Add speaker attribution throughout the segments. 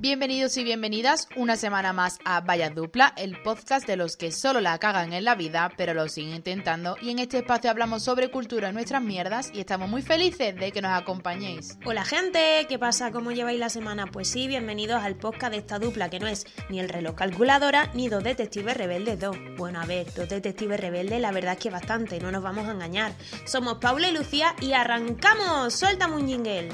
Speaker 1: Bienvenidos y bienvenidas una semana más a Vaya Dupla, el podcast de los que solo la cagan en la vida, pero lo siguen intentando. Y en este espacio hablamos sobre cultura en nuestras mierdas y estamos muy felices de que nos acompañéis.
Speaker 2: Hola gente, ¿qué pasa? ¿Cómo lleváis la semana? Pues sí, bienvenidos al podcast de esta dupla que no es ni el reloj calculadora ni dos detectives rebeldes dos. Bueno, a ver, dos detectives rebeldes la verdad es que bastante, no nos vamos a engañar. Somos Paula y Lucía y arrancamos. Suéltame un jingle.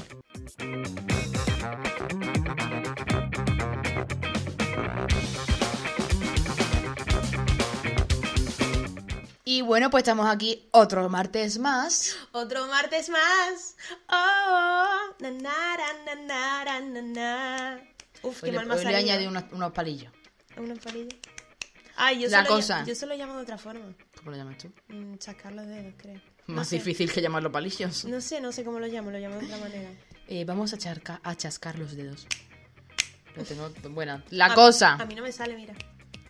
Speaker 1: Y bueno, pues estamos aquí otro martes más.
Speaker 2: Otro martes más. Oh, na, na, ra, na, na, ra, na, na. Uf,
Speaker 1: Hoy
Speaker 2: qué
Speaker 1: le,
Speaker 2: mal me ha
Speaker 1: hoy le
Speaker 2: salido.
Speaker 1: añadí unos, unos palillos.
Speaker 2: Una palilla. Ay, yo
Speaker 1: La
Speaker 2: solo
Speaker 1: cosa.
Speaker 2: Yo solo llamo de otra forma.
Speaker 1: ¿Cómo lo llamas tú?
Speaker 2: Mm, Chascar los dedos, creo. No
Speaker 1: Más
Speaker 2: sé.
Speaker 1: difícil que llamarlo palillos.
Speaker 2: No sé, no sé cómo lo llamo, lo llamo de otra manera.
Speaker 1: Eh, vamos a, charca- a chascar los dedos. Lo tengo, bueno, la cosa.
Speaker 2: A mí no me sale, mira.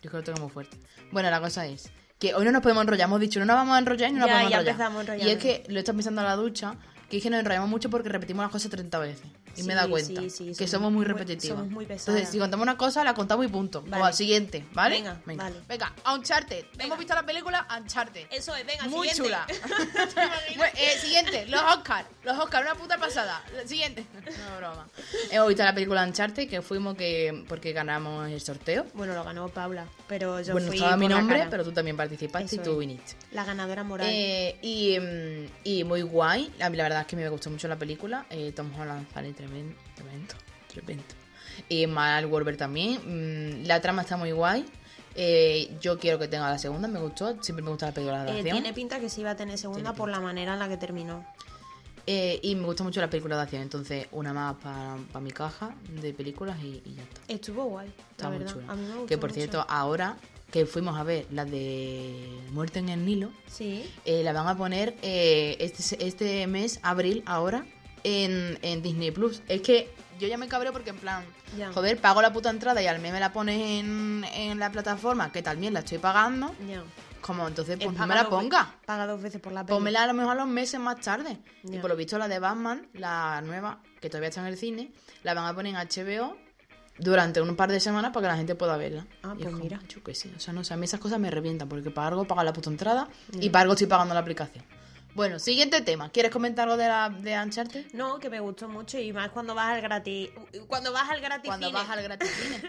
Speaker 1: Yo creo que lo tengo muy fuerte. Bueno, la cosa es que hoy no nos podemos enrollar. Hemos dicho, no nos vamos a enrollar y no nos
Speaker 2: Ya,
Speaker 1: vamos a
Speaker 2: ya
Speaker 1: enrollar.
Speaker 2: empezamos
Speaker 1: y es
Speaker 2: enrollándonos.
Speaker 1: que lo he estado pensando en la ducha, que es que nos enrollamos mucho porque repetimos las cosas 30 veces. Y me
Speaker 2: Sí,
Speaker 1: da cuenta
Speaker 2: sí, sí,
Speaker 1: que
Speaker 2: somos
Speaker 1: somos muy
Speaker 2: muy-
Speaker 1: repetitivos.
Speaker 2: somos muy
Speaker 1: Entonces,
Speaker 2: pesadas.
Speaker 1: si contamos una cosa, la contamos y punto. Como
Speaker 2: Vale.
Speaker 1: al siguiente, ¿vale?
Speaker 2: Venga, vale.
Speaker 1: Venga, a Uncharted. Hemos visto la película Uncharted.
Speaker 2: Eso es, venga,
Speaker 1: Muy
Speaker 2: siguiente.
Speaker 1: chula. Bueno, eh, siguiente, los Oscar. Los Oscar, una puta pasada. Siguiente. No, broma. Hemos visto la película Uncharted que fuimos que porque ganamos el sorteo.
Speaker 2: Bueno, lo ganó Paula, pero yo
Speaker 1: bueno,
Speaker 2: fui
Speaker 1: estaba mi
Speaker 2: por la
Speaker 1: nombre,
Speaker 2: cara.
Speaker 1: pero tú también participaste
Speaker 2: Eso
Speaker 1: y tú
Speaker 2: es.
Speaker 1: viniste.
Speaker 2: La ganadora moral.
Speaker 1: Eh, y, mm, y muy guay. A mí la verdad es que me gustó mucho la película. Eh, Tom Holland sale tremendo, tremendo, tremendo. Y Mal Wolver también. Mm, la trama está muy guay. Eh, yo quiero que tenga la segunda, me gustó. Siempre me gusta la película de
Speaker 2: Eh,
Speaker 1: acción.
Speaker 2: tiene pinta que se iba a tener segunda por la manera en la que terminó.
Speaker 1: Eh, y me gusta mucho la película de acción. Entonces, una más para mi caja de películas y, y ya está.
Speaker 2: Estuvo guay, la
Speaker 1: Está muy
Speaker 2: verdad.
Speaker 1: chula.
Speaker 2: A mí me gustó
Speaker 1: Que por
Speaker 2: mucho.
Speaker 1: cierto, ahora que fuimos a ver la de Muerte en el Nilo,
Speaker 2: Sí.
Speaker 1: eh, la van a poner eh, este, se- este mes, abril, ahora, en, en Disney Plus. Es que yo ya me cabreo porque, en plan,
Speaker 2: Ya.
Speaker 1: joder, pago la puta entrada y al mes me la pones en, en la plataforma, que también la estoy pagando.
Speaker 2: Ya.
Speaker 1: Como entonces,
Speaker 2: Eh,
Speaker 1: pues no
Speaker 2: paga
Speaker 1: me la
Speaker 2: dos ve-
Speaker 1: ponga.
Speaker 2: Paga dos veces por la peli.
Speaker 1: Pónmela a lo mejor a los meses más tarde. Y
Speaker 2: Ya.
Speaker 1: por lo visto la de Batman, la nueva, que todavía está en el cine, la van a poner en HBO durante un par de semanas para que la gente pueda verla.
Speaker 2: Ah,
Speaker 1: Y
Speaker 2: pues
Speaker 1: es como,
Speaker 2: mira.
Speaker 1: Yo qué sé. O sea, no sé, a mí esas cosas me revientan porque para algo pago la puta entrada y para algo estoy pagando la aplicación. Bueno, siguiente tema. ¿Quieres comentar algo de, la, de Uncharted?
Speaker 2: No, que me gustó mucho y más cuando vas al gratis. Cuando vas al gratis
Speaker 1: Cuando
Speaker 2: cine.
Speaker 1: vas al gratis cine.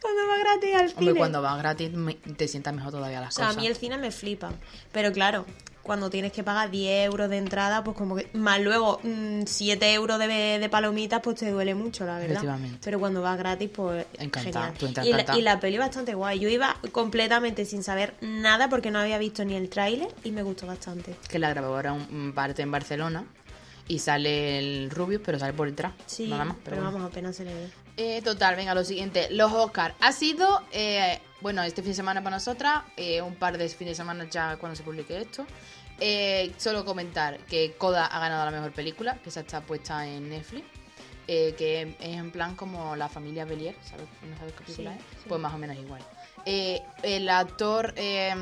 Speaker 2: Cuando vas gratis al cine.
Speaker 1: Hombre, cuando vas gratis me- te sientas mejor todavía las
Speaker 2: O sea, a
Speaker 1: cosas.
Speaker 2: mí el cine me flipa. Pero claro, cuando tienes que pagar 10 euros de entrada, pues como que. Más luego mm, 7 euros de, de palomitas, pues te duele mucho, la verdad.
Speaker 1: Efectivamente.
Speaker 2: Pero cuando vas gratis, pues.
Speaker 1: Encantada,
Speaker 2: genial.
Speaker 1: tú entras
Speaker 2: Y la,
Speaker 1: encantada.
Speaker 2: y la peli bastante guay. Yo iba completamente sin saber nada porque no había visto ni el tráiler y me gustó bastante.
Speaker 1: que la grabó ahora un- un parte en Barcelona y sale el Rubius, pero sale por detrás.
Speaker 2: Sí,
Speaker 1: nada más.
Speaker 2: pero,
Speaker 1: bueno.
Speaker 2: vamos, apenas se le ve.
Speaker 1: Eh, total, venga, lo siguiente. Los Oscar Ha sido, eh, bueno, este fin de semana para nosotras, eh, un par de fines de semana ya cuando se publique esto. Eh, solo comentar que Coda ha ganado la mejor película, que esa está puesta en Netflix. eh, que es en plan como la familia Belier, ¿sabes? ¿No sabes qué película
Speaker 2: Sí,
Speaker 1: es?
Speaker 2: sí.
Speaker 1: Pues más o menos igual. Eh, el actor, eh,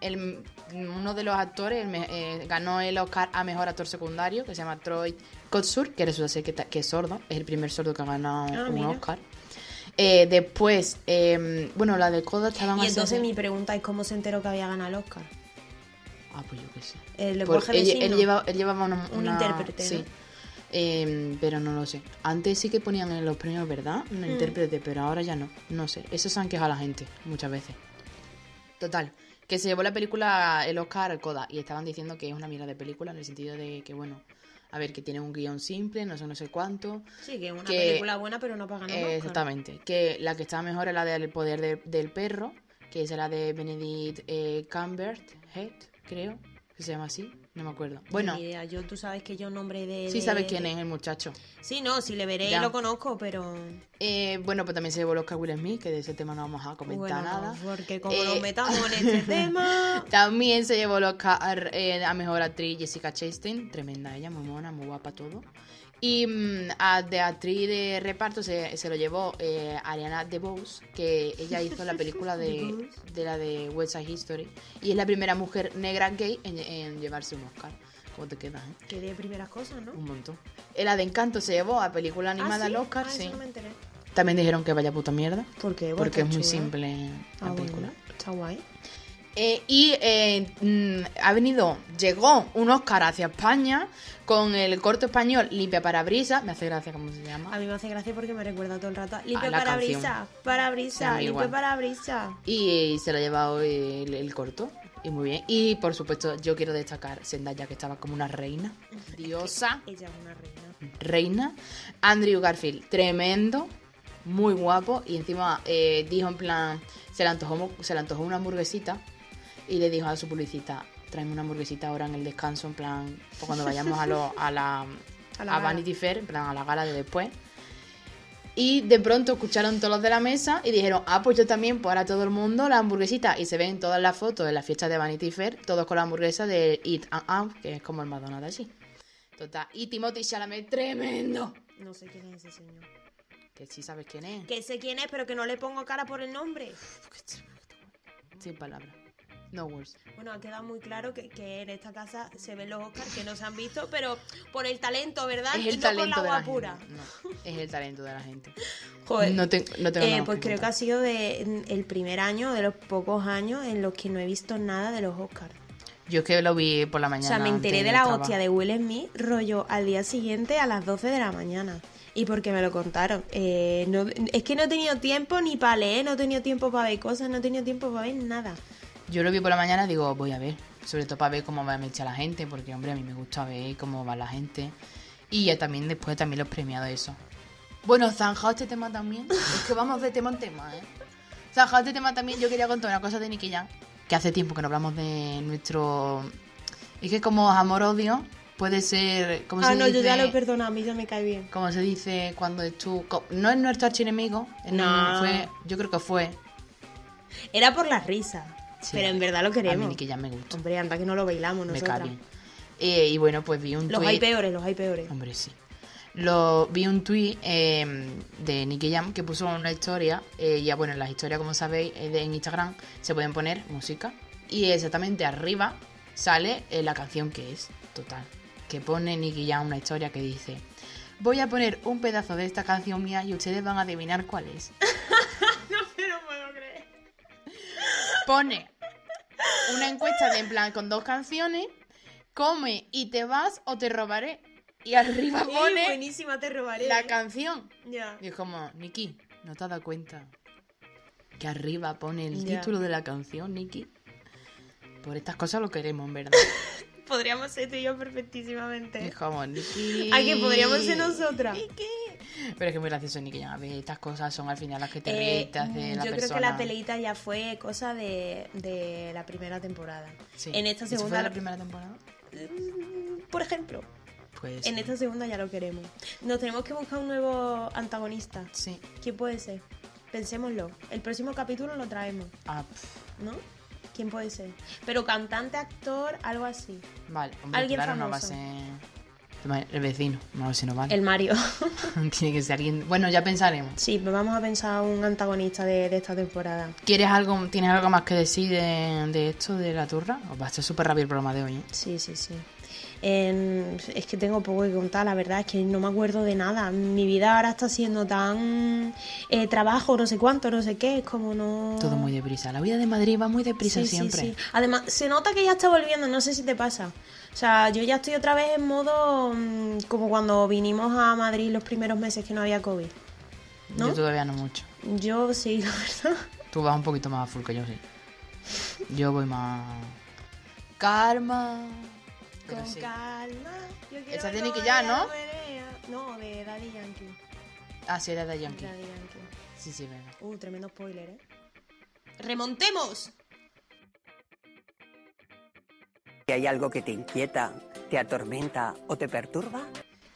Speaker 1: el- uno de los actores el me- eh, ganó el Oscar a mejor actor secundario, que se llama Troy Kotsur, que resulta ser que, ta- que es sordo, es el primer sordo que ha ganado
Speaker 2: Ah,
Speaker 1: un
Speaker 2: mira.
Speaker 1: Oscar. Eh, después, eh, bueno, la de Coda estaban
Speaker 2: Y entonces
Speaker 1: así-
Speaker 2: mi pregunta es: ¿cómo se enteró que había ganado el Oscar?
Speaker 1: Ah, pues yo qué sé.
Speaker 2: El
Speaker 1: Por-
Speaker 2: lenguaje de
Speaker 1: él, él
Speaker 2: signos.
Speaker 1: lleva- él llevaba una,
Speaker 2: Un
Speaker 1: una-
Speaker 2: intérprete,
Speaker 1: Sí.
Speaker 2: ¿no?
Speaker 1: Eh, pero no lo sé. Antes sí que ponían en los premios, ¿verdad? Un
Speaker 2: Mm.
Speaker 1: intérprete, pero ahora ya no. No sé. Eso se han quejado la gente muchas veces. Total. Que se llevó la película el Oscar al Coda y estaban diciendo que es una mierda de película en el sentido de que, bueno, a ver, que tiene un guión simple, no sé, no sé cuánto.
Speaker 2: Sí, que es una
Speaker 1: que-
Speaker 2: película buena, pero Ah, no para ganar un
Speaker 1: Eh,
Speaker 2: Oscar.
Speaker 1: exactamente. Que la que está mejor es la del poder de- del perro, que es la de Benedict eh, Cumberbatch, creo, que se llama así. No me acuerdo. Bueno,
Speaker 2: Ni idea. Yo, tú sabes que yo nombre de...
Speaker 1: sí
Speaker 2: de-
Speaker 1: sabes quién es el muchacho.
Speaker 2: Sí, no, si le veré
Speaker 1: Ya.
Speaker 2: lo conozco, pero...
Speaker 1: Eh, bueno, pues también se llevó el Oscar Will Smith, que de ese tema no vamos a comentar
Speaker 2: Bueno,
Speaker 1: nada.
Speaker 2: porque como
Speaker 1: Eh,
Speaker 2: nos metamos en este tema...
Speaker 1: También se llevó el Oscar eh, a mejor actriz Jessica Chastain, tremenda ella, muy mona, muy guapa todo. Y mm, a, de actriz de reparto se, se lo llevó eh, Ariana DeBose, que ella hizo la película de,
Speaker 2: DeBose.
Speaker 1: de la de West Side History. Y es la primera mujer negra gay en, en llevarse un Oscar. ¿Cómo te quedas, eh?
Speaker 2: Que de primeras cosas, ¿no?
Speaker 1: Un montón. Eh, La de Encanto se llevó a película animada
Speaker 2: ¿Ah, sí?
Speaker 1: al Oscar,
Speaker 2: Ah, eso
Speaker 1: sí.
Speaker 2: no me enteré.
Speaker 1: También dijeron que vaya puta mierda,
Speaker 2: ¿Por qué?
Speaker 1: porque es muy
Speaker 2: chula.
Speaker 1: simple la
Speaker 2: Ah,
Speaker 1: película.
Speaker 2: bueno, está guay.
Speaker 1: Eh, y eh, mm, ha venido, llegó un Oscar hacia España con el corto español Limpia Parabrisa. Me hace gracia cómo se
Speaker 2: A
Speaker 1: llama.
Speaker 2: mí me hace gracia porque me recuerda todo el rato. a Limpio
Speaker 1: Ah. la
Speaker 2: parabrisa,
Speaker 1: Sí, a
Speaker 2: parabrisa,
Speaker 1: mí
Speaker 2: limpio
Speaker 1: igual.
Speaker 2: parabrisa.
Speaker 1: Y, eh, se lo ha llevado el, el corto. Y muy bien. Y por supuesto, yo quiero destacar Zendaya, que estaba como una reina. Diosa,
Speaker 2: Ella es una reina.
Speaker 1: reina. Andrew Garfield, tremendo. Muy guapo. Y encima eh, dijo en plan: se le, antojó, mu- se le antojó una hamburguesita. Y le dijo a su publicista: tráeme una hamburguesita ahora en el descanso. En plan, pues cuando vayamos a, lo- a la,
Speaker 2: A la
Speaker 1: a
Speaker 2: gala.
Speaker 1: Vanity Fair, en plan, a la gala de después. Y de pronto escucharon todos los de la mesa y dijeron, ah, pues yo también, pues ahora todo el mundo la hamburguesita. Y se ven todas las fotos de las fiestas de Vanity Fair, todos con la hamburguesa de Eat and Up, que es como el Madonna de allí. Total. Y Timothy Chalamet, tremendo.
Speaker 2: No sé quién es ese señor.
Speaker 1: Que sí sabes quién es.
Speaker 2: Que sé quién es, pero que no le pongo cara por el nombre.
Speaker 1: Sin palabras. No words.
Speaker 2: Bueno, ha quedado muy claro que, que en esta casa se ven los Oscars que no se han visto, pero por el talento, ¿verdad?
Speaker 1: Es
Speaker 2: Y
Speaker 1: el
Speaker 2: no
Speaker 1: talento
Speaker 2: por
Speaker 1: de
Speaker 2: la
Speaker 1: la
Speaker 2: guapura.
Speaker 1: gente. No, es el talento de la gente.
Speaker 2: Joder.
Speaker 1: No, te- no tengo
Speaker 2: Eh,
Speaker 1: nada más
Speaker 2: pues creo que
Speaker 1: contar.
Speaker 2: ha sido de, en- el primer año, de los pocos años, en los que no he visto nada de los Oscars.
Speaker 1: Yo es que lo vi por la mañana.
Speaker 2: O sea, me enteré
Speaker 1: antes
Speaker 2: de
Speaker 1: del
Speaker 2: la
Speaker 1: trabajo.
Speaker 2: hostia de Will Smith, rollo, al día siguiente a las 12 de la mañana. Y porque me lo contaron. Eh, no- es que no he tenido tiempo ni para leer, no he tenido tiempo para ver cosas, no he tenido tiempo para ver nada.
Speaker 1: Yo lo vi por la mañana, digo, voy a ver, sobre todo para ver cómo va a marchar la gente, porque hombre, a mí me gusta ver cómo va la gente. Y ya también después también los premiados eso. Bueno, zanjado este tema también. Es que vamos de tema en tema, ¿eh? Zanjado este tema también, yo quería contar una cosa de Nicky Jam, que hace tiempo que no hablamos de nuestro... Es que como amor-odio puede ser... ¿cómo
Speaker 2: Ah,
Speaker 1: se
Speaker 2: no, yo ya
Speaker 1: dice?
Speaker 2: lo he perdonado, a mí ya me cae bien.
Speaker 1: Como se dice cuando es tú... co- No es nuestro archienemigo, es-
Speaker 2: No.
Speaker 1: fue, yo creo que fue...
Speaker 2: Era por la risa,
Speaker 1: Sí.
Speaker 2: pero en verdad lo
Speaker 1: A mí
Speaker 2: queremos.
Speaker 1: Nicky Jam me gusta.
Speaker 2: Hombre, anda que no lo bailamos
Speaker 1: Me cae
Speaker 2: nosotras.
Speaker 1: bien. Eh, y bueno, pues vi un
Speaker 2: Los
Speaker 1: tuit-
Speaker 2: hay peores, los hay peores.
Speaker 1: Hombre, sí. Lo, vi un tuit eh, de Nicky Jam que puso una historia. eh, ya bueno, en las historias, como sabéis, eh, de- en Instagram se pueden poner música. Y exactamente arriba sale eh, la canción que es, total. Que pone Nicky Jam una historia que dice: Voy a poner un pedazo de esta canción mía y ustedes van a adivinar cuál es. pone una encuesta de en plan con dos canciones, come y te vas o te robaré. Y arriba
Speaker 2: Ey,
Speaker 1: pone
Speaker 2: buenísima, te robaré.
Speaker 1: la canción.
Speaker 2: Ya.
Speaker 1: Y es como, Nicky, ¿no te has dado cuenta? Que arriba pone el
Speaker 2: Ya.
Speaker 1: título de la canción, Nicky. Por estas cosas lo queremos, en verdad.
Speaker 2: Podríamos ser tú y yo perfectísimamente.
Speaker 1: Es como, Nicky.
Speaker 2: Ay, que podríamos ser nosotras.
Speaker 1: Pero es que es muy gracioso, Nicky. Ya, a ver, estas cosas son al final las que te
Speaker 2: Eh,
Speaker 1: ríes, te hace la
Speaker 2: yo creo
Speaker 1: persona.
Speaker 2: que la peleita ya fue cosa de, de la primera temporada.
Speaker 1: Sí.
Speaker 2: En esta
Speaker 1: ¿Eso
Speaker 2: segunda,
Speaker 1: fue de la primera temporada?
Speaker 2: Mm, por ejemplo,
Speaker 1: Pues.
Speaker 2: en esta segunda ya lo queremos. Nos tenemos que buscar un nuevo antagonista.
Speaker 1: Sí.
Speaker 2: ¿Quién puede ser? Pensémoslo. El próximo capítulo lo traemos,
Speaker 1: Ah, pff,
Speaker 2: ¿no? ¿Quién puede ser? Pero cantante, actor, algo así.
Speaker 1: Vale, hombre,
Speaker 2: Alguien
Speaker 1: claro, no va a
Speaker 2: famoso.
Speaker 1: ser. El vecino, no sé si no vale.
Speaker 2: El Mario.
Speaker 1: Tiene que ser alguien. Bueno, ya pensaremos.
Speaker 2: sí, pues vamos a pensar un antagonista de, de esta temporada.
Speaker 1: ¿Quieres algo, tienes algo más que decir de, de esto, de la turra? Os va a ser súper rápido el programa de hoy. ¿eh?
Speaker 2: Sí, sí, sí. En- es que tengo poco que contar, la verdad, es que no me acuerdo de nada. Mi vida ahora está siendo tan eh, trabajo, no sé cuánto, no sé qué, es como no...
Speaker 1: Todo muy deprisa. La vida de Madrid va muy deprisa
Speaker 2: Sí, sí,
Speaker 1: siempre.
Speaker 2: sí. Además, se nota que ya está volviendo, no sé si te pasa. O sea, yo ya estoy otra vez en modo mm, como cuando vinimos a Madrid los primeros meses que no había COVID. ¿No?
Speaker 1: Yo todavía no mucho.
Speaker 2: Yo sí, la verdad.
Speaker 1: Tú vas un poquito más a full que yo, sí. Yo voy más. Karma. Pero
Speaker 2: Con
Speaker 1: sí.
Speaker 2: calma. Yo quiero
Speaker 1: Esa
Speaker 2: ver
Speaker 1: tiene que
Speaker 2: cómo
Speaker 1: ya,
Speaker 2: ella
Speaker 1: ¿no?
Speaker 2: pelea. No, de Daddy Yankee.
Speaker 1: Ah, sí, era de Yankee.
Speaker 2: Daddy Yankee.
Speaker 1: Sí, sí, venga.
Speaker 2: Uh, tremendo spoiler, ¿eh? ¡Remontemos!
Speaker 3: ¿Hay algo que te inquieta, te atormenta o te perturba?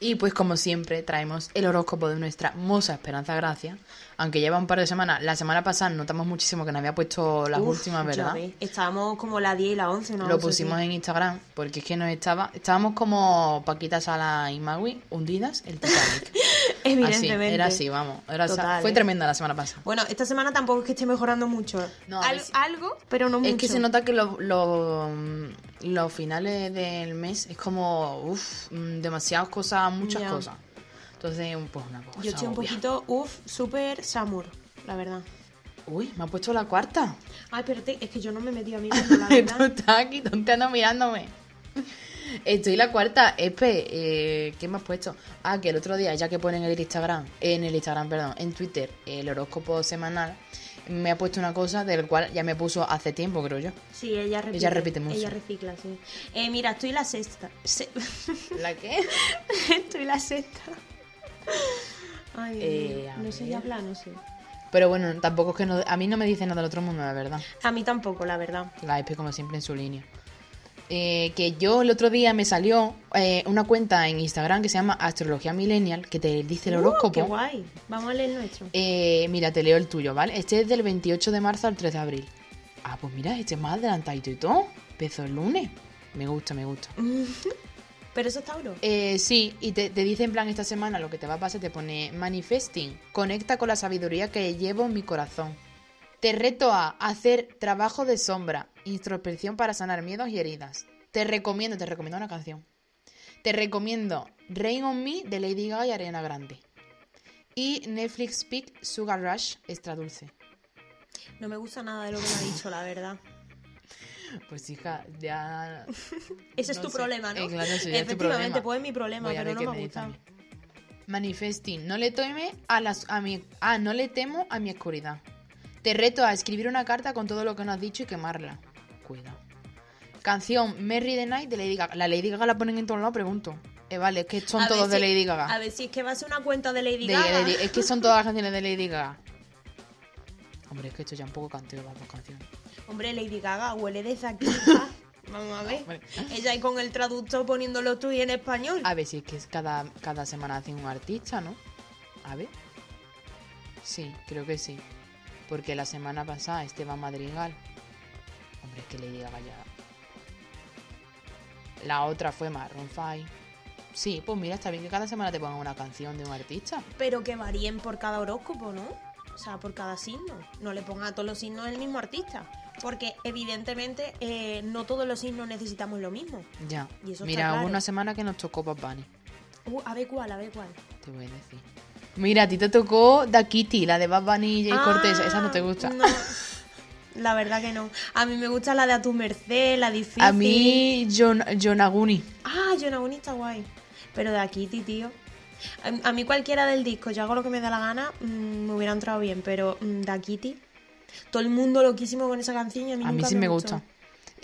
Speaker 1: Y pues como siempre traemos el horóscopo de nuestra moza Esperanza Gracia, aunque lleva un par de semanas, la semana pasada notamos muchísimo que no había puesto las
Speaker 2: Uf,
Speaker 1: últimas,
Speaker 2: ya
Speaker 1: ¿verdad?
Speaker 2: ves. Estábamos como la 10 y la 11, ¿no?
Speaker 1: Lo
Speaker 2: No sé
Speaker 1: pusimos
Speaker 2: si-
Speaker 1: en Instagram porque es que nos estaba, estábamos como Paquita Sala y Magui hundidas el Titanic.
Speaker 2: Evidentemente.
Speaker 1: Así, era así, vamos. Era esa-
Speaker 2: Total,
Speaker 1: fue
Speaker 2: ¿eh?
Speaker 1: tremenda la semana pasada.
Speaker 2: Bueno, esta semana tampoco es que esté mejorando mucho.
Speaker 1: No, a
Speaker 2: Al-
Speaker 1: ver si-
Speaker 2: Algo, pero no mucho.
Speaker 1: Es que se nota que lo- lo- los finales del mes es como, uff, demasiadas cosas, muchas
Speaker 2: Ya.
Speaker 1: cosas. Entonces, pues una cosa.
Speaker 2: Yo estoy un
Speaker 1: obvia.
Speaker 2: poquito, uff, súper Samur, la verdad.
Speaker 1: Uy, me ha puesto la cuarta.
Speaker 2: Ay, espérate, es que yo no me he metido a mí mismo, la verdad.
Speaker 1: Tú estás aquí tonteando mirándome. Estoy la cuarta. Espe, eh, ¿qué me has puesto? Ah, que el otro día, ya que ponen en el Instagram, en el Instagram, perdón, en Twitter, el horóscopo semanal, me ha puesto una cosa del cual ya me puso hace tiempo, creo yo.
Speaker 2: Sí, ella repite.
Speaker 1: Ella repite mucho.
Speaker 2: Ella recicla, sí. Eh, mira, estoy la sexta. Se-
Speaker 1: ¿La qué?
Speaker 2: estoy la sexta. Ay, Dios
Speaker 1: Eh,
Speaker 2: mío,
Speaker 1: a
Speaker 2: no sé
Speaker 1: ver.
Speaker 2: ya hablar, no sé.
Speaker 1: Pero bueno, tampoco es que no- a mí no me dice nada del otro mundo, la verdad.
Speaker 2: A mí tampoco, la verdad.
Speaker 1: La Espe, como siempre, en su línea. Eh, que yo el otro día me salió eh, una cuenta en Instagram que se llama Astrología Millennial, que te dice el
Speaker 2: Uh,
Speaker 1: horóscopo.
Speaker 2: qué guay. Vamos a leer el nuestro.
Speaker 1: Eh, mira, te leo el tuyo, ¿vale? Este es del 28 de marzo al 3 de abril. Ah, pues mira, este es más adelantadito y todo. Empezó el lunes. Me gusta, me gusta.
Speaker 2: Pero eso es Tauro.
Speaker 1: Eh, sí, y te, te dice en plan esta semana lo que te va a pasar, te pone manifesting, conecta con la sabiduría que llevo en mi corazón. Te reto a hacer trabajo de sombra, introspección para sanar miedos y heridas. Te recomiendo, te recomiendo una canción. Te recomiendo Rain on Me de Lady Gaga y Ariana Grande. Y Netflix Peak Sugar Rush Extra Dulce.
Speaker 2: No me gusta nada de lo que me ha dicho, la verdad.
Speaker 1: Pues hija, ya...
Speaker 2: Ese es
Speaker 1: No
Speaker 2: tu
Speaker 1: sé.
Speaker 2: problema, ¿no?
Speaker 1: Eh, claro, sí, es tu
Speaker 2: Efectivamente,
Speaker 1: problema.
Speaker 2: pues es mi problema,
Speaker 1: Voy a
Speaker 2: pero
Speaker 1: ver
Speaker 2: no
Speaker 1: qué
Speaker 2: me
Speaker 1: me
Speaker 2: gusta.
Speaker 1: dice a Manifesting, no le teme a las a mi ah, no le temo a mi oscuridad. Te reto a escribir una carta con todo lo que nos has dicho y quemarla. Cuidado. Canción Merry the Night de Lady Gaga. La Lady Gaga la ponen en todos lados, pregunto. Eh, vale, es que son
Speaker 2: A ver
Speaker 1: todos de
Speaker 2: si-
Speaker 1: Lady
Speaker 2: A
Speaker 1: Gaga.
Speaker 2: ver si es que va a ser una cuenta de Lady
Speaker 1: De-
Speaker 2: Gaga.
Speaker 1: de- es que son todas las canciones de Lady Gaga. Hombre, es que esto ya un poco canteo las dos canciones.
Speaker 2: Hombre, Lady Gaga huele desde aquí. ah. Vamos a ver.
Speaker 1: Vale. Ah.
Speaker 2: Ella ahí con el traductor poniéndolo tú y en español.
Speaker 1: A ver si es que es cada, cada semana hacen un artista, ¿no? A ver. Sí, creo que sí. Porque la semana pasada Esteban Madrigal. Hombre, es que le diga vaya. La otra fue Marron Five. Sí, pues mira, está bien que cada semana te pongan una canción de un artista.
Speaker 2: Pero que varíen por cada horóscopo, ¿no? O sea, por cada signo. No le pongan a todos los signos el mismo artista. Porque evidentemente eh, no todos los signos necesitamos lo mismo.
Speaker 1: Ya.
Speaker 2: Y eso está
Speaker 1: Mira, hubo
Speaker 2: claro.
Speaker 1: una semana que nos tocó Bad Bunny,
Speaker 2: Uh, a ver cuál, a ver cuál.
Speaker 1: te voy a decir. Mira, a ti te tocó Da Kitty, la de Bad Bunny y Jay
Speaker 2: Ah,
Speaker 1: Cortés. Esa no te gusta.
Speaker 2: no. La verdad que no. A mí me gusta la de A tu merced, la difícil.
Speaker 1: A mí, Jon- Jonaguni.
Speaker 2: Ah, Yonaguni está guay. Pero de aquí, ti, tío. A, a mí cualquiera del disco, yo hago lo que me da la gana, mm, me hubiera entrado bien, pero mm, de aquí, ti. Todo el mundo loquísimo con esa canción y a mí,
Speaker 1: A mí
Speaker 2: nunca
Speaker 1: sí me
Speaker 2: gustó.
Speaker 1: gusta.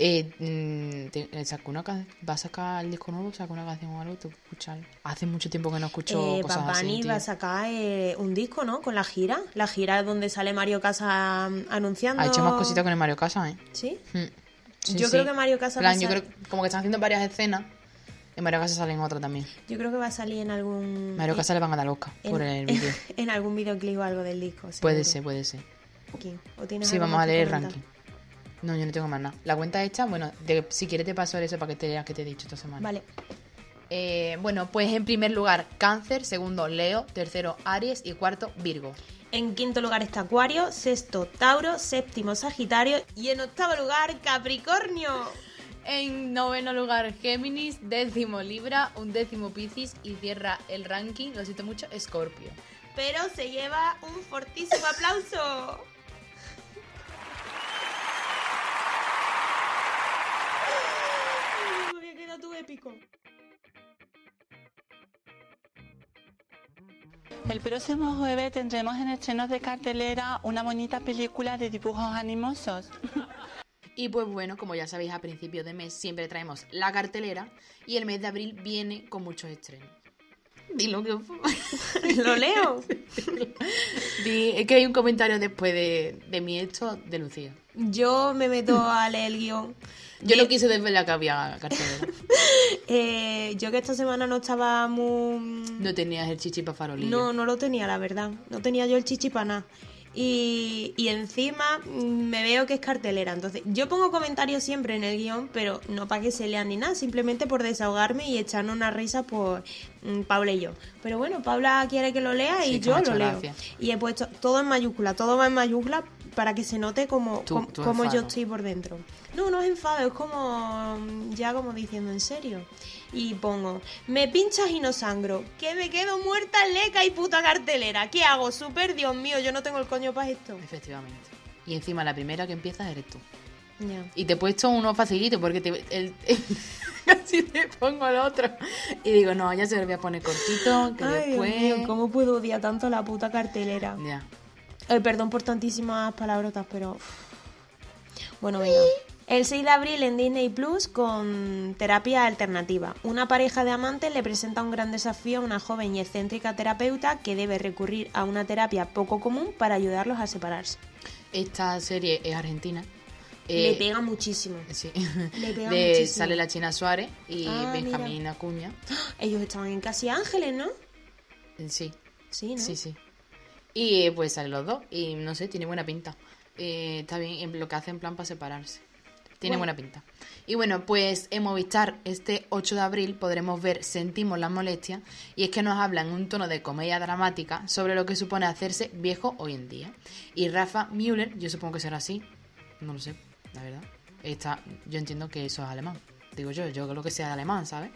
Speaker 1: Eh, mm, te- eh, sacó una can- va a sacar el disco nuevo, sacó una canción o algo, tengo que escucharlo. Hace mucho tiempo que no escucho
Speaker 2: Eh,
Speaker 1: cosas
Speaker 2: Bad
Speaker 1: así.
Speaker 2: Bunny
Speaker 1: tío.
Speaker 2: va a sacar eh, un disco, ¿no? Con la gira. La gira es donde sale Mario Casa mm, anunciando.
Speaker 1: Ha hecho más cositas con el Mario Casas, ¿eh?
Speaker 2: ¿Sí?
Speaker 1: Mm. Sí,
Speaker 2: Yo
Speaker 1: sí.
Speaker 2: creo que Mario Casas va
Speaker 1: Plan,
Speaker 2: a
Speaker 1: yo
Speaker 2: sal-
Speaker 1: creo como que están haciendo varias escenas. En Mario Casas salen otra también.
Speaker 2: Yo creo que va a salir en algún.
Speaker 1: Mario Casas le van a dar Oscar
Speaker 2: Mm, eh, en-
Speaker 1: por el vídeo.
Speaker 2: en algún videoclip o algo del disco.
Speaker 1: Puede
Speaker 2: seguro.
Speaker 1: ser, puede ser.
Speaker 2: Aquí. ¿O tienes
Speaker 1: Sí,
Speaker 2: algo
Speaker 1: vamos
Speaker 2: más
Speaker 1: a
Speaker 2: que
Speaker 1: leer el
Speaker 2: comentar?
Speaker 1: ranking. No, yo no tengo más nada. La cuenta hecha, bueno, de- si quieres te paso eso para que te veas que te he dicho esta semana.
Speaker 2: Vale.
Speaker 1: Eh, bueno, pues en primer lugar, Cáncer, segundo, Leo, tercero, Aries y cuarto, Virgo.
Speaker 2: En quinto lugar está Acuario, sexto Tauro, séptimo Sagitario y en octavo lugar Capricornio.
Speaker 1: En noveno lugar, Géminis, décimo Libra, undécimo Piscis y cierra el ranking, lo siento mucho, Escorpio.
Speaker 2: Pero se lleva un fortísimo aplauso. Ay, Me había quedado tú épico.
Speaker 4: El próximo jueves tendremos en estrenos de cartelera una bonita película de dibujos animosos.
Speaker 1: Y pues bueno, como ya sabéis, a principio de mes siempre traemos la cartelera y el mes de abril viene con muchos estrenos. Dilo que...
Speaker 2: Lo leo.
Speaker 1: Di- es que hay un comentario después de, de mi esto de Lucía.
Speaker 2: Yo me meto a leer el guión.
Speaker 1: Yo no quise desvelar que había cartelera.
Speaker 2: Eh, yo que esta semana no estaba muy...
Speaker 1: No tenías el chichi para farolillo.
Speaker 2: No, no lo tenía, la verdad. No tenía yo el chichi para nada. Y, y encima mm, me veo que es cartelera. Entonces, yo pongo comentarios siempre en el guión, pero no para que se lean ni nada, simplemente por desahogarme y echarnos una risa por mm, Paula y yo. Pero bueno, Paula quiere que lo lea y
Speaker 1: Sí, que
Speaker 2: yo
Speaker 1: me ha
Speaker 2: lo
Speaker 1: hecho
Speaker 2: leo.
Speaker 1: gracia.
Speaker 2: Y he puesto todo en mayúscula, todo va en mayúscula para que se note como,
Speaker 1: Tu-
Speaker 2: como,
Speaker 1: tu
Speaker 2: como yo
Speaker 1: enfado.
Speaker 2: estoy por dentro. No, no es enfado, es como mm, ya como diciendo en serio. Y pongo, me pinchas y no sangro, que me quedo muerta leca y puta cartelera. ¿Qué hago? Super, Dios mío, yo no tengo el coño para esto.
Speaker 1: Efectivamente. Y encima la primera que empiezas eres tú.
Speaker 2: Ya.
Speaker 1: Y te he puesto uno facilito porque te, el, casi te pongo al otro. Y digo, no, ya se lo voy a poner cortito, que
Speaker 2: Ay, Dios
Speaker 1: después...
Speaker 2: mío, ¿cómo puedo odiar tanto la puta cartelera?
Speaker 1: Ya.
Speaker 2: Eh, perdón por tantísimas palabrotas, pero. Bueno, venga. El 6 de abril en Disney Plus con terapia alternativa. Una pareja de amantes le presenta un gran desafío a una joven y excéntrica terapeuta que debe recurrir a una terapia poco común para ayudarlos a separarse.
Speaker 1: Esta serie es argentina.
Speaker 2: le
Speaker 1: Eh,
Speaker 2: pega muchísimo.
Speaker 1: Sí.
Speaker 2: Le pega
Speaker 1: De-
Speaker 2: muchísimo.
Speaker 1: sale la China Suárez y
Speaker 2: Ah,
Speaker 1: Benjamín
Speaker 2: mira.
Speaker 1: Acuña.
Speaker 2: Ellos estaban en Casi Ángeles, ¿no?
Speaker 1: Sí,
Speaker 2: Sí, ¿no?
Speaker 1: sí, sí. Y eh, pues salen los dos y no sé, tiene buena pinta. Eh, está bien en lo que hace en plan para separarse. Tiene buena
Speaker 2: Bueno.
Speaker 1: pinta. Y bueno, pues en Movistar este 8 de abril podremos ver Sentimos las molestias y es que nos habla en un tono de comedia dramática sobre lo que supone hacerse viejo hoy en día. Y Rafa Müller, yo supongo que será así, no lo sé, la verdad. Está, yo entiendo que eso es alemán. Digo yo, yo creo que sea de alemán, ¿sabes?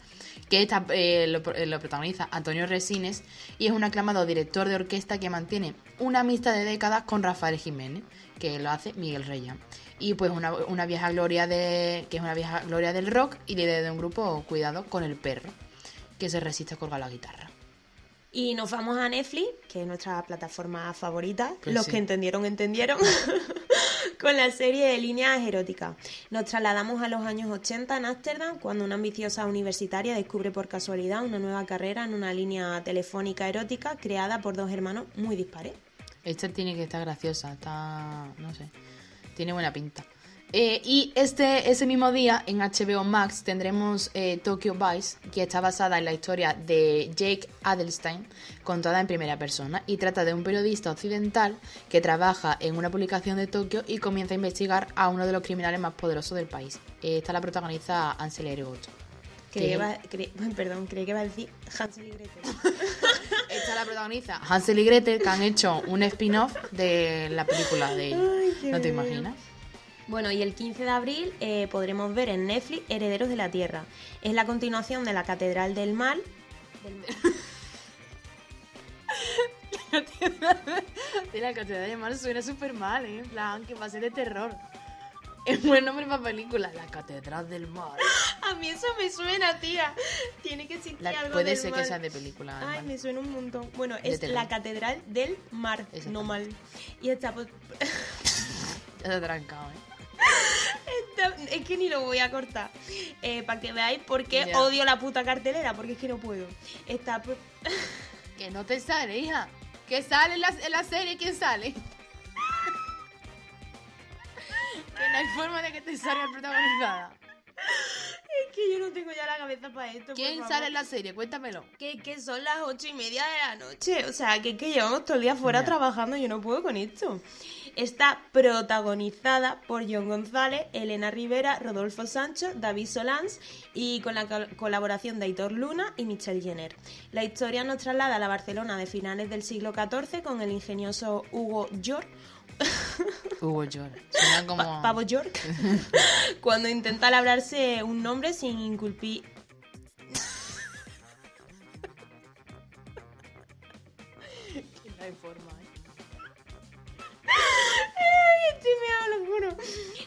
Speaker 1: Que esta, eh, lo, pro- eh, lo protagoniza Antonio Resines y es un aclamado director de orquesta que mantiene una amistad de décadas con Rafael Jiménez, que lo hace Miguel Reyán. Y pues una, una vieja gloria de. que es una vieja gloria del rock y líder de un grupo Cuidado con el perro, que se resiste a colgar la guitarra.
Speaker 2: Y nos vamos a Netflix, que es nuestra plataforma favorita.
Speaker 1: Pues
Speaker 2: Los
Speaker 1: sí.
Speaker 2: que entendieron, entendieron. Con la serie de líneas eróticas. Nos trasladamos a los años 80 en Ámsterdam, cuando una ambiciosa universitaria descubre por casualidad una nueva carrera en una línea telefónica erótica creada por dos hermanos muy dispares.
Speaker 1: Esta tiene que estar graciosa, está. no sé. Tiene buena pinta. Eh, y este, ese mismo día en HBO Max tendremos eh, Tokyo Vice, que está basada en la historia de Jake Adelstein, contada en primera persona, y trata de un periodista occidental que trabaja en una publicación de Tokio y comienza a investigar a uno de los criminales más poderosos del país. Eh, Esta la protagoniza Ansel Elgort.
Speaker 2: Creí que
Speaker 1: ¿Qué?
Speaker 2: iba- creí- perdón, creí que iba a decir Hansel y Gretel.
Speaker 1: Esta la protagoniza Hansel y Gretel, que han hecho un spin-off de la película de ellos.
Speaker 2: Ay, qué
Speaker 1: ¿No te
Speaker 2: bueno.
Speaker 1: imaginas?
Speaker 2: Bueno, y el 15 de abril eh, podremos ver en Netflix Herederos de la Tierra. Es la continuación de la Catedral del Mal. Del Mal.
Speaker 1: De la Catedral de Mar suena súper mal, ¿eh? En plan, que va a ser de terror. Es buen nombre para película. La Catedral del Mar.
Speaker 2: A mí eso me suena, tía. Tiene que existir
Speaker 1: La-
Speaker 2: algo
Speaker 1: puede
Speaker 2: del
Speaker 1: ser
Speaker 2: mal.
Speaker 1: que sea de película.
Speaker 2: Ay,
Speaker 1: mal.
Speaker 2: me suena un montón. Bueno,
Speaker 1: De
Speaker 2: es
Speaker 1: terror.
Speaker 2: la Catedral del Mar,
Speaker 1: Exactamente.
Speaker 2: no mal. Y esta, pues,
Speaker 1: Ya te ha trancado, ¿eh?
Speaker 2: esta- es que ni lo voy a cortar. para que veáis por qué
Speaker 1: Ya.
Speaker 2: odio la puta cartelera, porque es que no puedo. Esta, pues,
Speaker 1: Que no te sale, hija. Que sale en la, en la serie, ¿quién sale? que no hay forma de que te salga el protagonizada.
Speaker 2: es que yo no tengo ya la cabeza para esto. por
Speaker 1: ¿Quién
Speaker 2: favor.
Speaker 1: sale en la serie? Cuéntamelo.
Speaker 2: Que, que son las ocho y media de la noche. O sea, que, que llevamos todo el día fuera
Speaker 1: Ya.
Speaker 2: trabajando. Yo no puedo con esto. Está protagonizada por John González, Elena Rivera, Rodolfo Sancho, David Solans y con la col- colaboración de Aitor Luna y Michelle Jenner. La historia nos traslada a la Barcelona de finales del siglo XIV con el ingenioso Hugo York,
Speaker 1: Hugo llora. Suena como.
Speaker 2: Pa- Pavo York, cuando intenta labrarse un nombre sin inculpir.
Speaker 1: Que no hay forma, ¿eh?
Speaker 2: Sí, me lo juro.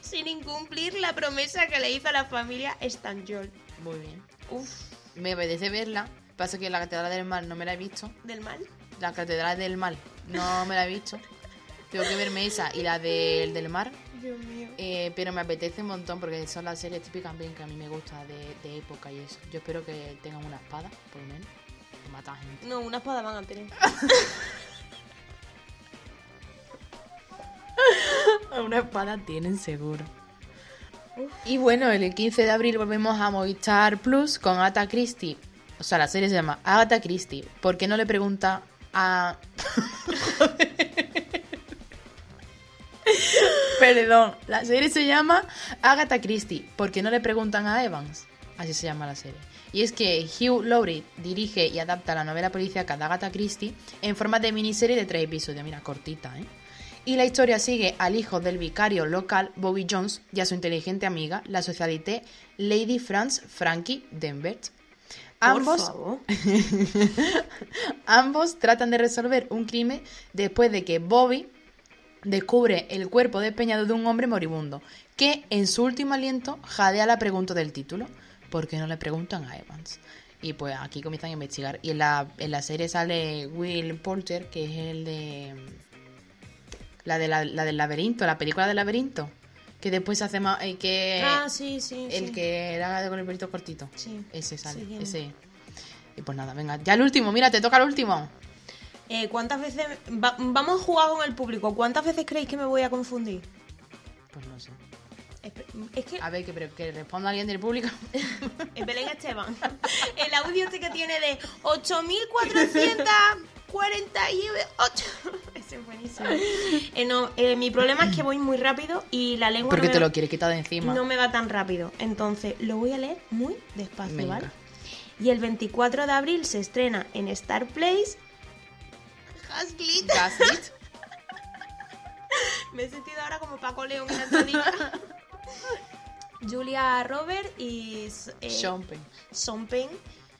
Speaker 2: Sin incumplir la promesa que le hizo a la familia Stanjol.
Speaker 1: Muy bien.
Speaker 2: Uf,
Speaker 1: Me apetece verla. Pasa que la Catedral del Mar no me la he visto.
Speaker 2: del mal.
Speaker 1: La Catedral del Mal. No me la he visto. Tengo que verme esa y la del, del mar.
Speaker 2: Dios mío.
Speaker 1: Eh, pero me apetece un montón porque son las series típicas bien que a mí me gusta de, de época y eso. Yo espero que tengan una espada, por lo menos. que Mata a gente.
Speaker 2: No, una espada van a tener.
Speaker 1: Una espada tienen seguro. Y bueno, el 15 de abril volvemos a Movistar Plus con Agatha Christie. O sea, la serie se llama Agatha Christie. ¿Por qué no le pregunta a... Perdón, la serie se llama Agatha Christie. ¿Por qué no le preguntan a Evans? Así se llama la serie. Y es que Hugh Laurie dirige y adapta la novela policíaca de Agatha Christie en forma de miniserie de tres episodios. Mira, cortita, ¿eh? Y la historia sigue al hijo del vicario local Bobby Jones y a su inteligente amiga, la socialité Lady France Frankie Denver. Ambos,
Speaker 2: favor.
Speaker 1: ambos tratan de resolver un crimen después de que Bobby descubre el cuerpo despeñado de un hombre moribundo, que en su último aliento jadea la pregunta del título, ¿por qué no le preguntan a Evans? Y pues aquí comienzan a investigar. Y en la, en la serie sale Will Porter, que es el de... La, de la, la del laberinto, la película del laberinto, que después se hace más... eh, que
Speaker 2: Ah, sí, sí.
Speaker 1: El
Speaker 2: sí.
Speaker 1: que era con el pelito cortito.
Speaker 2: Sí.
Speaker 1: Ese sale,
Speaker 2: Sí,
Speaker 1: ese. Y pues nada, venga, ya el último, mira, te toca el último.
Speaker 2: Eh, ¿Cuántas veces. va- vamos a jugar con el público. ¿Cuántas veces creéis que me voy a confundir?
Speaker 1: Pues no sé.
Speaker 2: Es, es que.
Speaker 1: A ver, que, pero que responda alguien del público.
Speaker 2: es Belén Esteban. El audio este que tiene de 8448. Ese es buenísimo. Eh, no, eh, mi problema es que voy muy rápido y la lengua.
Speaker 1: Porque
Speaker 2: no
Speaker 1: te
Speaker 2: me va-
Speaker 1: lo quiere quitar de encima.
Speaker 2: No me va tan rápido. Entonces, lo voy a leer muy despacio,
Speaker 1: Venga.
Speaker 2: ¿vale? Y el 24 de abril se estrena en Star Place. Haslit.
Speaker 1: Gaslit.
Speaker 2: Me he sentido ahora como Paco León en la entradilla. Julia Robert y S- eh,
Speaker 1: Sean Penn.
Speaker 2: Sean Penn.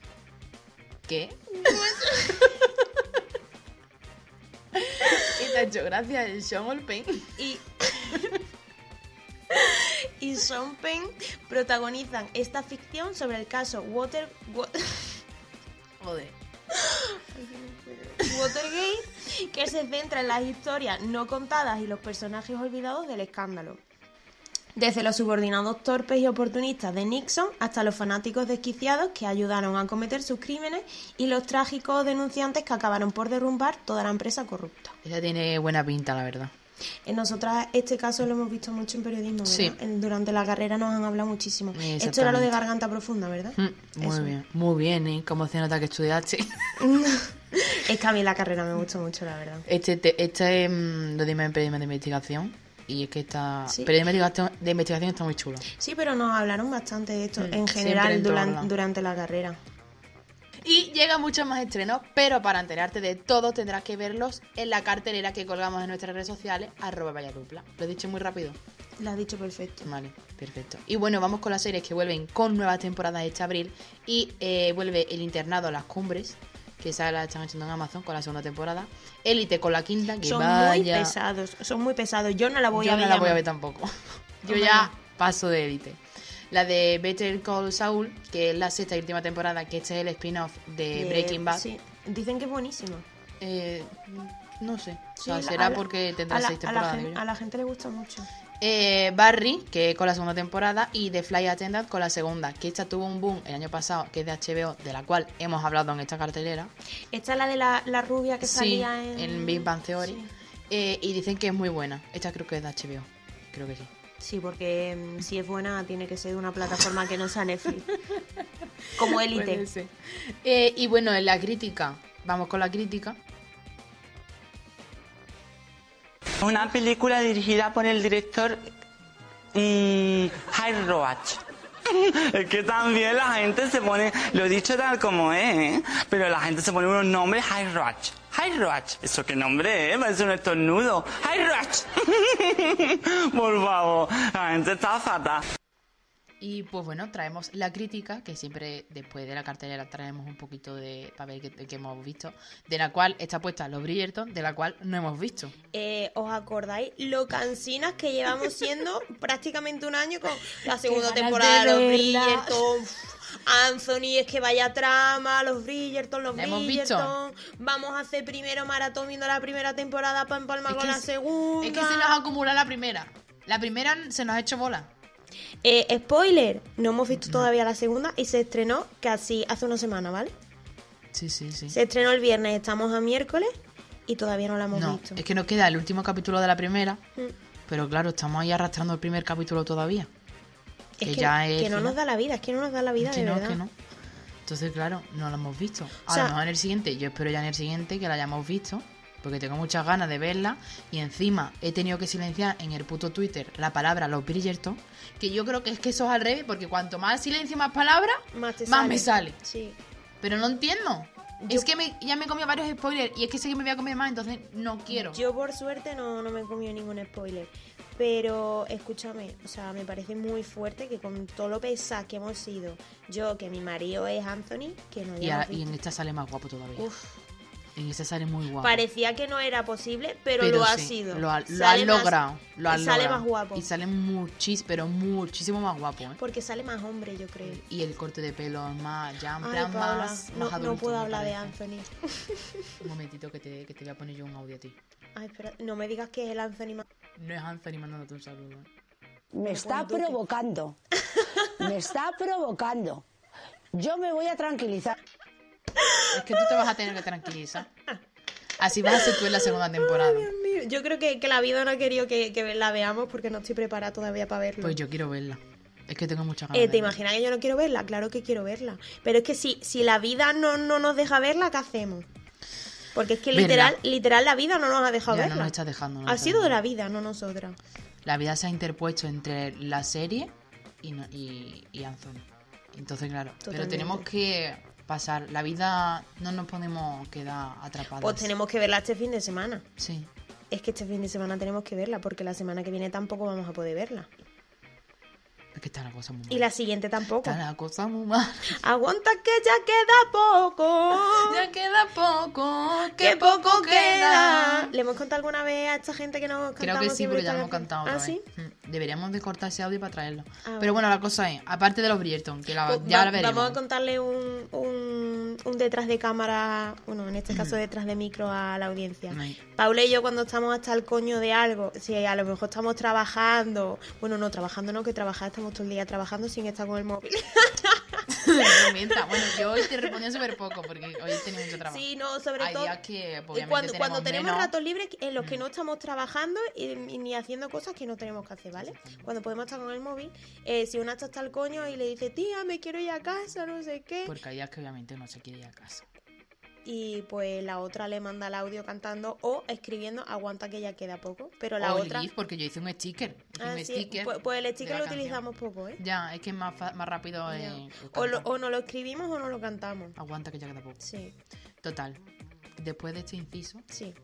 Speaker 1: ¿Qué? y te ha hecho gracia el Sean Penn.
Speaker 2: y y Sean Penn protagonizan esta ficción sobre el caso Water Wa-
Speaker 1: Joder.
Speaker 2: Watergate que se centra en las historias no contadas y los personajes olvidados del escándalo. Desde los subordinados torpes y oportunistas de Nixon hasta los fanáticos desquiciados que ayudaron a cometer sus crímenes y los trágicos denunciantes que acabaron por derrumbar toda la empresa corrupta.
Speaker 1: Ella tiene buena pinta, la verdad.
Speaker 2: Eh, Nosotras este caso lo hemos visto mucho en periodismo, ¿verdad?
Speaker 1: Sí.
Speaker 2: En- Durante la carrera nos han hablado muchísimo.
Speaker 1: Exactamente.
Speaker 2: Esto era lo de garganta profunda, ¿verdad?
Speaker 1: Mm, Muy
Speaker 2: Eso.
Speaker 1: bien. Muy bien, ¿eh? Como se nota que estudiaste. Mm.
Speaker 2: Es que a mí la carrera me gustó mucho, la verdad.
Speaker 1: Este, te- este es lo de periodismo de investigación. Y es que está.
Speaker 2: Sí.
Speaker 1: Periodismo de investigación, de investigación está muy chulo.
Speaker 2: Sí, pero nos hablaron bastante de esto
Speaker 1: Mm,
Speaker 2: en
Speaker 1: siempre
Speaker 2: general
Speaker 1: en todos
Speaker 2: duran-
Speaker 1: lados.
Speaker 2: durante la carrera.
Speaker 1: Y llegan muchos más estrenos, pero para enterarte de todo tendrás que verlos en la cartelera que colgamos en nuestras redes sociales, arroba valladupla. Lo he dicho muy rápido.
Speaker 2: Lo has dicho perfecto.
Speaker 1: Vale, perfecto. Y bueno, vamos con las series que vuelven con nuevas temporadas este abril. Y eh, vuelve El Internado a las Cumbres, que esa la están echando en Amazon con la segunda temporada. Élite con la quinta, que
Speaker 2: Son muy
Speaker 1: vaya...
Speaker 2: pesados, son muy pesados. Yo no la voy
Speaker 1: Yo
Speaker 2: a
Speaker 1: no
Speaker 2: ver.
Speaker 1: la voy
Speaker 2: ya
Speaker 1: a
Speaker 2: más.
Speaker 1: ver tampoco. Yo
Speaker 2: Hombre,
Speaker 1: ya paso de élite. La de Better Call Saul, que es la sexta y última temporada, que este es el spin-off de
Speaker 2: Eh,
Speaker 1: Breaking Bad.
Speaker 2: Sí, dicen que es buenísimo.
Speaker 1: Eh, no sé. O
Speaker 2: Sí,
Speaker 1: sea,
Speaker 2: la-
Speaker 1: será
Speaker 2: a la-
Speaker 1: porque
Speaker 2: a
Speaker 1: tendrá
Speaker 2: la-
Speaker 1: seis
Speaker 2: a la
Speaker 1: temporadas.
Speaker 2: gen-
Speaker 1: digo yo.
Speaker 2: a la gente le gusta mucho.
Speaker 1: Eh, Barry, que con la segunda temporada, y The Fly Attendant con la segunda, que esta tuvo un boom el año pasado, que es de HBO, de la cual hemos hablado en esta cartelera.
Speaker 2: Esta es la de la, la rubia que
Speaker 1: Sí,
Speaker 2: salía en...
Speaker 1: en... Big Bang Theory.
Speaker 2: Sí.
Speaker 1: Eh, y dicen que es muy buena. Esta creo que es de HBO. Creo que sí.
Speaker 2: Sí, porque mm, si es buena tiene que ser de una plataforma que no sea Netflix. Como élite.
Speaker 1: Eh, y bueno, en la crítica, vamos con la crítica.
Speaker 4: Una película dirigida por el director mm, High Roach. Es que también la gente se pone, lo he dicho tal como es, ¿eh? pero la gente se pone unos nombres High Roach. High Roach, eso qué nombre es, parece un estornudo. High Roach. Por favor, la gente está fatal.
Speaker 1: Y pues bueno, traemos la crítica, que siempre después de la cartelera traemos un poquito de para ver qué, qué hemos visto, de la cual está puesta Los Bridgerton, de la cual no hemos visto.
Speaker 2: Eh, ¿Os acordáis lo cansinas que llevamos siendo prácticamente un año con la segunda
Speaker 1: ganas
Speaker 2: temporada
Speaker 1: de
Speaker 2: de los
Speaker 1: verla.
Speaker 2: Bridgerton? Uf, Anthony, es que vaya trama, los Bridgerton, los
Speaker 1: ¿La hemos
Speaker 2: Bridgerton. Vamos a hacer primero maratón viendo la primera temporada para empalmar
Speaker 1: Es
Speaker 2: con
Speaker 1: que
Speaker 2: la
Speaker 1: es-
Speaker 2: segunda.
Speaker 1: Es que se nos acumula la primera. La primera se nos ha hecho bola.
Speaker 2: Eh, spoiler, no hemos visto todavía la segunda y se estrenó casi hace una semana, ¿vale?
Speaker 1: Sí, sí, sí.
Speaker 2: Se estrenó el viernes, estamos a miércoles y todavía no la hemos
Speaker 1: No,
Speaker 2: visto.
Speaker 1: es que nos queda el último capítulo de la primera,
Speaker 2: Mm.
Speaker 1: pero claro, estamos ahí arrastrando el primer capítulo todavía.
Speaker 2: Es
Speaker 1: Que
Speaker 2: que,
Speaker 1: ya es
Speaker 2: que no nos
Speaker 1: final.
Speaker 2: da la vida, es que no nos da la vida,
Speaker 1: Que
Speaker 2: de
Speaker 1: no,
Speaker 2: verdad.
Speaker 1: que no. Entonces, claro, no lo hemos visto. A
Speaker 2: O sea-
Speaker 1: lo mejor en el siguiente, yo espero ya en el siguiente que la hayamos visto, porque tengo muchas ganas de verla. Y encima he tenido que silenciar en el puto Twitter la palabra los Bridgerton, que yo creo que es que eso es al revés, porque cuanto más silencio, más palabras,
Speaker 2: Más, te
Speaker 1: más me sale.
Speaker 2: Sí.
Speaker 1: Pero no entiendo.
Speaker 2: Yo-
Speaker 1: Es que me- ya me he comido varios spoilers y es que sé que me voy a comer más, entonces no quiero.
Speaker 2: Yo por suerte no, no me he comido ningún spoiler. Pero escúchame, o sea, me parece muy fuerte que con todo lo pesado que hemos sido, yo que mi marido es Anthony, que no
Speaker 1: y, ahora-
Speaker 2: hayamos
Speaker 1: y en
Speaker 2: visto.
Speaker 1: esta sale más guapo todavía.
Speaker 2: Uf,
Speaker 1: En esta sale muy guapo.
Speaker 2: parecía que no era posible, pero,
Speaker 1: Pero
Speaker 2: lo ha
Speaker 1: sí,
Speaker 2: sido.
Speaker 1: Lo, ha- lo
Speaker 2: Sale
Speaker 1: has
Speaker 2: más-
Speaker 1: logrado. Lo has
Speaker 2: sale
Speaker 1: logrado.
Speaker 2: más guapo.
Speaker 1: Y sale muchis, pero muchísimo más guapo. ¿eh?
Speaker 2: Porque sale más hombre, yo creo.
Speaker 1: Y el corte de pelo es más, ya en
Speaker 2: Ay,
Speaker 1: plan
Speaker 2: Paula,
Speaker 1: más,
Speaker 2: no,
Speaker 1: más
Speaker 2: no
Speaker 1: adulto,
Speaker 2: puedo
Speaker 1: me
Speaker 2: hablar de
Speaker 1: parece.
Speaker 2: Anthony.
Speaker 1: Un momentito que te, que te voy a poner yo un audio a ti.
Speaker 2: Ay, espera, no me digas que es el Anthony más...
Speaker 1: No es Anthony mandándote un saludo. ¿eh?
Speaker 5: Me está provocando. Me está provocando. Yo me voy a tranquilizar.
Speaker 1: Es que tú te vas a tener que tranquilizar. Así vas a ser tú en la segunda temporada.
Speaker 2: Dios mío, Yo creo que, que la vida no ha querido que, que la veamos porque no estoy preparada todavía para verlo.
Speaker 1: Pues yo quiero verla. Es que tengo muchas ganas.
Speaker 2: Eh,
Speaker 1: de
Speaker 2: ¿Te
Speaker 1: verla.
Speaker 2: imaginas que yo no quiero verla? Claro que quiero verla. Pero es que si, si la vida no, no nos deja verla, ¿qué hacemos? Porque es que
Speaker 1: Verla.
Speaker 2: literal, literal la vida no nos ha dejado
Speaker 1: Ya, no
Speaker 2: verla.
Speaker 1: nos está dejando, no nos
Speaker 2: ha
Speaker 1: está
Speaker 2: sido de
Speaker 1: dejando.
Speaker 2: la vida, no nosotras.
Speaker 1: La vida se ha interpuesto entre la serie y, no- y, y Anthony. Entonces, claro, pero
Speaker 2: Totalmente.
Speaker 1: tenemos que pasar. La vida no nos podemos quedar atrapados.
Speaker 2: Pues tenemos que verla este fin de semana.
Speaker 1: Sí.
Speaker 2: Es que este fin de semana tenemos que verla porque la semana que viene tampoco vamos a poder verla.
Speaker 1: Es que está la cosa muy mal.
Speaker 2: Y la siguiente tampoco.
Speaker 1: Está la cosa muy mal.
Speaker 2: Aguanta que ya queda poco.
Speaker 1: Ya queda poco,
Speaker 2: ¡Qué
Speaker 1: que poco queda.
Speaker 2: ¿Le hemos contado alguna vez a esta gente que nos cantamos
Speaker 1: Creo que sí,
Speaker 2: siempre
Speaker 1: porque ya lo
Speaker 2: esta
Speaker 1: hemos cantado.
Speaker 2: canción?
Speaker 1: otra
Speaker 2: ¿Ah,
Speaker 1: vez.
Speaker 2: sí?
Speaker 1: Mm, Deberíamos de cortar ese audio para traerlo.
Speaker 2: bueno.
Speaker 1: Pero bueno, la cosa es, aparte de los Bridgerton, que la,
Speaker 2: Pues
Speaker 1: Ah, ya
Speaker 2: va-
Speaker 1: la veremos.
Speaker 2: Vamos a contarle un, un- un detrás de cámara, bueno, en este caso detrás de micro a la audiencia.
Speaker 1: Ay.
Speaker 2: Paula y yo cuando estamos hasta el coño de algo, si a lo mejor estamos trabajando, bueno, no, trabajando no, que trabajar estamos todo el día trabajando sin estar con el móvil.
Speaker 1: No mienta. bueno, yo hoy te respondí súper poco porque hoy tenía mucho trabajo.
Speaker 2: sí, no, sobre
Speaker 1: Hay
Speaker 2: todo...
Speaker 1: días que,
Speaker 2: y
Speaker 1: obviamente,
Speaker 2: cuando,
Speaker 1: tenemos
Speaker 2: cuando tenemos
Speaker 1: menos. Mm.
Speaker 2: ratos libres en los que no estamos trabajando y, y ni haciendo cosas que no tenemos que hacer, ¿vale? Cuando podemos estar con el móvil, eh, si una está hasta el coño y le dice, tía, me quiero ir a casa, no sé qué.
Speaker 1: Porque hay días que obviamente no se quiere ir a casa.
Speaker 2: y pues la otra le manda el audio cantando o escribiendo aguanta que ya queda poco pero la
Speaker 1: o el
Speaker 2: otra
Speaker 1: GIF, porque yo hice un sticker. Hice
Speaker 2: Ah,
Speaker 1: un
Speaker 2: sí,
Speaker 1: sticker
Speaker 2: pues, pues
Speaker 1: de
Speaker 2: el sticker
Speaker 1: la
Speaker 2: lo
Speaker 1: canción.
Speaker 2: utilizamos poco eh
Speaker 1: Ya, es que es más, fa- más rápido. eh,
Speaker 2: Ya.
Speaker 1: cantar.
Speaker 2: o, lo- o no lo escribimos o no lo cantamos
Speaker 1: Aguanta que ya queda poco.
Speaker 2: sí
Speaker 1: Total. Después de este inciso.
Speaker 2: sí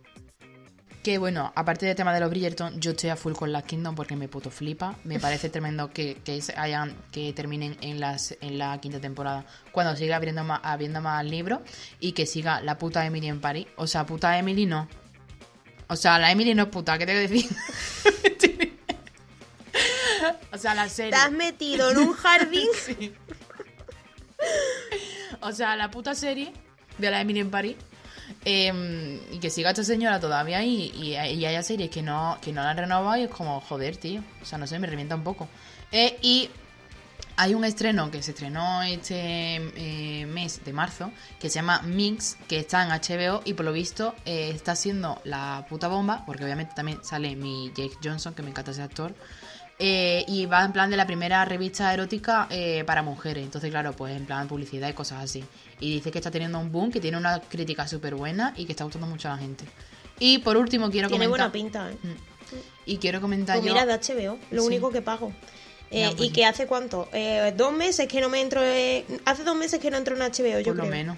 Speaker 1: Que bueno, aparte del tema de los Bridgerton, yo estoy a full con las Kingdom porque me puto flipa. Me parece tremendo que, que se hayan, que terminen en, las, en la quinta temporada. Cuando siga habiendo más, habiendo más libros y que siga la puta Emily en París. O sea, puta Emily no. O sea, la Emily no es puta, ¿qué te voy a decir? o sea, la serie.
Speaker 2: te has metido en un jardín
Speaker 1: Sí. O sea, la puta serie de la Emily en París. eh, y que siga esta señora todavía y, y, y haya series que no, que no la han renovado y es como, joder, tío. O sea, no sé, me revienta un poco. Eh, y hay un estreno que se estrenó este eh, mes de marzo que se llama Mix, que está en HBO y por lo visto eh, está siendo la puta bomba, porque obviamente también sale mi Jake Johnson, que me encanta ese actor, eh, y va en plan de la primera revista erótica eh, para mujeres. Entonces, claro, pues en plan publicidad y cosas así. Y dice que está teniendo un boom, que tiene una crítica súper buena y que está gustando mucho a la gente. Y por último, quiero
Speaker 2: tiene buena
Speaker 1: comentar.
Speaker 2: pinta eh
Speaker 1: Y quiero comentar
Speaker 2: pues
Speaker 1: yo.
Speaker 2: mira de HBO lo
Speaker 1: Sí.
Speaker 2: único que pago
Speaker 1: Ya,
Speaker 2: Eh,
Speaker 1: pues
Speaker 2: y
Speaker 1: sí.
Speaker 2: que hace cuánto Eh, dos meses que no me entro eh, hace dos meses que no entro en HBO yo
Speaker 1: por lo
Speaker 2: creo.
Speaker 1: menos.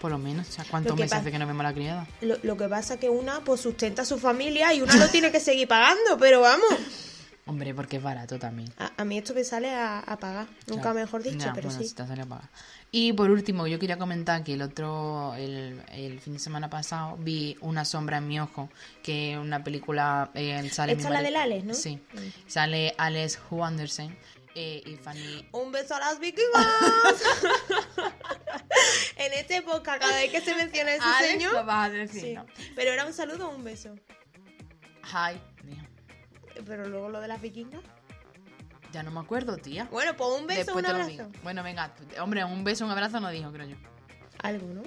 Speaker 1: Por lo menos. O sea, ¿cuántos
Speaker 2: que
Speaker 1: meses
Speaker 2: pasa-
Speaker 1: hace que no vemos a la criada?
Speaker 2: Lo, lo que pasa que una pues sustenta a su familia y una lo tiene que seguir pagando, pero vamos.
Speaker 1: Hombre, porque es barato también.
Speaker 2: A, a mí esto me sale a, a pagar. Nunca
Speaker 1: Claro.
Speaker 2: mejor dicho,
Speaker 1: Ya,
Speaker 2: pero
Speaker 1: bueno,
Speaker 2: sí.
Speaker 1: si te sale a pagar. Y por último, yo quería comentar que el otro, el, el fin de semana pasado, vi Una sombra en mi ojo, que es una película... Eh, sale mi
Speaker 2: Esta es la
Speaker 1: mari-
Speaker 2: del Alex, ¿no? Mm.
Speaker 1: Sí. Sale Alex Hu Andersen eh, y Fanny...
Speaker 2: Un beso a las víctimas. en esta época, cada vez que se menciona ese
Speaker 1: Alex, lo
Speaker 2: señor.
Speaker 1: vas a decir,
Speaker 2: Sí.
Speaker 1: ¿no?
Speaker 2: Pero era un saludo o un beso.
Speaker 1: Hi. Dijo,
Speaker 2: Pero luego lo de las vikingas.
Speaker 1: Ya no me acuerdo, tía.
Speaker 2: Bueno, pues un beso,
Speaker 1: Después
Speaker 2: un
Speaker 1: te lo
Speaker 2: abrazo.
Speaker 1: digo. Bueno, venga. tú- Hombre, un beso, un abrazo no dijo, creo yo.
Speaker 2: Algo, ¿no?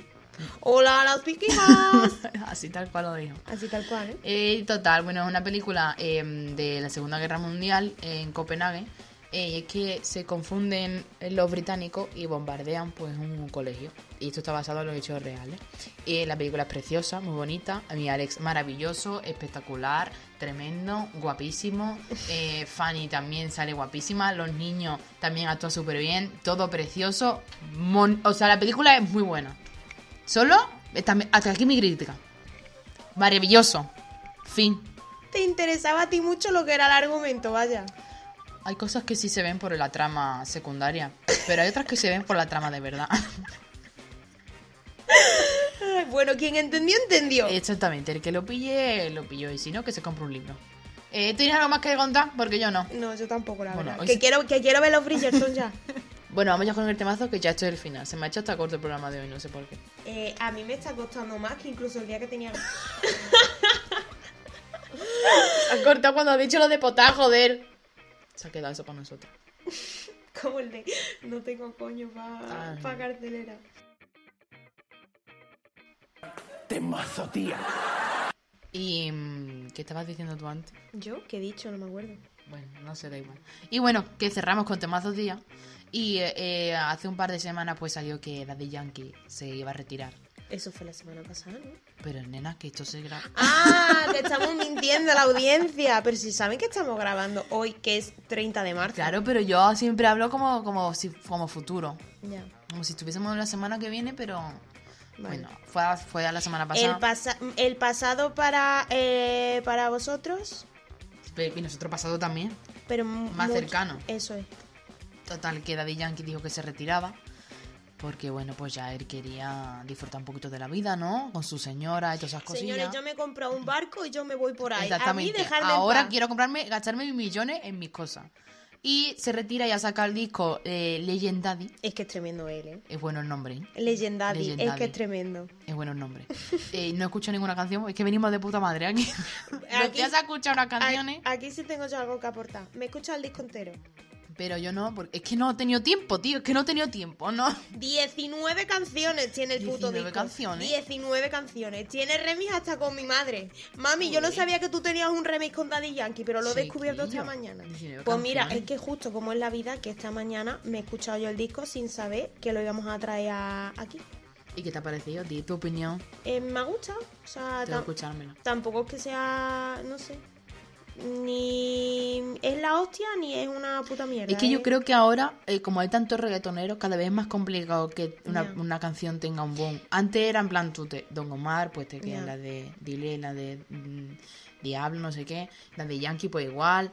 Speaker 2: Hola a las vikingas.
Speaker 1: Así tal cual lo dijo.
Speaker 2: Así tal cual, ¿eh?
Speaker 1: em, Eh, total, bueno, es una película eh, de la Segunda Guerra Mundial eh, en Copenhague Eh, y es que se confunden eh, los británicos y bombardean pues un colegio. Y esto está basado en los hechos reales. Eh, la película es preciosa, muy bonita. A mí Alex, maravilloso, espectacular, tremendo, guapísimo. Eh, Fanny también sale guapísima. Los niños también actúan súper bien. Todo precioso. Mon- o sea, la película es muy buena. Solo, eh, también- hasta aquí mi crítica. Maravilloso. Fin.
Speaker 2: Te interesaba a ti mucho lo que era el argumento, vaya.
Speaker 1: Hay cosas que sí se ven por la trama secundaria, pero hay otras que se ven por la trama de verdad.
Speaker 2: Ay, Bueno, quien entendió, entendió.
Speaker 1: Exactamente, el que lo pille, lo pilló, y si no, que se compre un libro. Eh, ¿Tienes algo más que contar? Porque yo no.
Speaker 2: No, yo tampoco, la
Speaker 1: Bueno,
Speaker 2: verdad.
Speaker 1: hoy
Speaker 2: que,
Speaker 1: sí.
Speaker 2: quiero, que quiero ver los Bridgerton ya.
Speaker 1: Bueno, vamos ya con el temazo, que ya esto es el final. Se me ha hecho hasta corto el programa de hoy, no sé por qué.
Speaker 2: Eh, a mí me está costando más que incluso el día que tenía...
Speaker 1: Ha cortado cuando ha dicho lo de potá, joder. Se ha quedado eso para nosotros.
Speaker 2: Como el de... No tengo coño para
Speaker 1: Ah.
Speaker 2: cartelera.
Speaker 1: ¿Y mm, qué estabas diciendo tú antes?
Speaker 2: ¿Yo? ¿Qué he dicho? No me acuerdo.
Speaker 1: Bueno, no sé, da igual. Y bueno, que cerramos con temazos día. Y eh, eh, hace un par de semanas pues salió que Daddy Yankee se iba a retirar.
Speaker 2: Eso fue la semana pasada, ¿no?
Speaker 1: Pero nena, que esto se graba.
Speaker 2: Ah, que estamos mintiendo a la audiencia. Pero si saben que estamos grabando hoy, que es 30 de marzo.
Speaker 1: Claro, pero yo siempre hablo como, como, si, como futuro.
Speaker 2: Ya.
Speaker 1: Como si estuviésemos la semana que viene, pero...
Speaker 2: Vale.
Speaker 1: Bueno, fue, a- fue a la semana
Speaker 2: El,
Speaker 1: pasada.
Speaker 2: pasa- el pasado para, eh, para vosotros,
Speaker 1: Pe- y nosotros pasado también.
Speaker 2: pero mu-
Speaker 1: Más
Speaker 2: mucho-
Speaker 1: cercano.
Speaker 2: Eso es.
Speaker 1: Total, que Daddy Yankee dijo que se retiraba. Porque bueno, pues ya él quería disfrutar un poquito de la vida, ¿no? Con su señora y todas esas cosillas.
Speaker 2: Señores, yo me he comprado un barco y yo me voy por ahí.
Speaker 1: Exactamente.
Speaker 2: A mí dejarme en
Speaker 1: Ahora
Speaker 2: paz.
Speaker 1: quiero comprarme, gastarme mis millones en mis cosas. Y se retira y saca el disco eh, Legendaddy.
Speaker 2: Es que es tremendo él, ¿eh?
Speaker 1: Es bueno el nombre, ¿eh?
Speaker 2: Legendary, es
Speaker 1: Legendary.
Speaker 2: que es tremendo.
Speaker 1: Es bueno el nombre. Eh, no escucho ninguna canción, es que venimos de puta madre aquí. aquí has escuchado unas canciones,
Speaker 2: Aquí, aquí sí tengo yo algo que aportar. Me he escuchado el disco entero.
Speaker 1: pero yo no, porque es que no he tenido tiempo, tío, es que no he tenido tiempo, ¿no?
Speaker 2: 19 canciones tiene el puto
Speaker 1: 19
Speaker 2: disco.
Speaker 1: canciones.
Speaker 2: 19 canciones. Tiene remix hasta con mi madre. Mami, yo no sabía que tú tenías un remix con Daddy Yankee, pero lo he descubierto esta
Speaker 1: Chiquillo,
Speaker 2: mañana.
Speaker 1: 19
Speaker 2: Pues mira,
Speaker 1: canciones.
Speaker 2: es que justo como es la vida, que esta mañana me he escuchado yo el disco sin saber que lo íbamos a traer a- aquí.
Speaker 1: ¿Y qué te ha parecido? Di tu opinión,
Speaker 2: Eh, me ha gustado. O sea,
Speaker 1: tengo que
Speaker 2: tam-
Speaker 1: escuchármela.
Speaker 2: tampoco es que sea, no sé, ni es la hostia ni es una puta mierda.
Speaker 1: Es que yo
Speaker 2: ¿eh?
Speaker 1: creo que ahora, eh, como hay tantos reggaetoneros, cada vez es más complicado que una,
Speaker 2: Ya.
Speaker 1: una canción tenga un boom. Antes era en plan tú te- Don Omar, pues te queda
Speaker 2: Ya.
Speaker 1: la de Dile, la de mm, Diablo, no sé qué, la de Yankee, pues igual.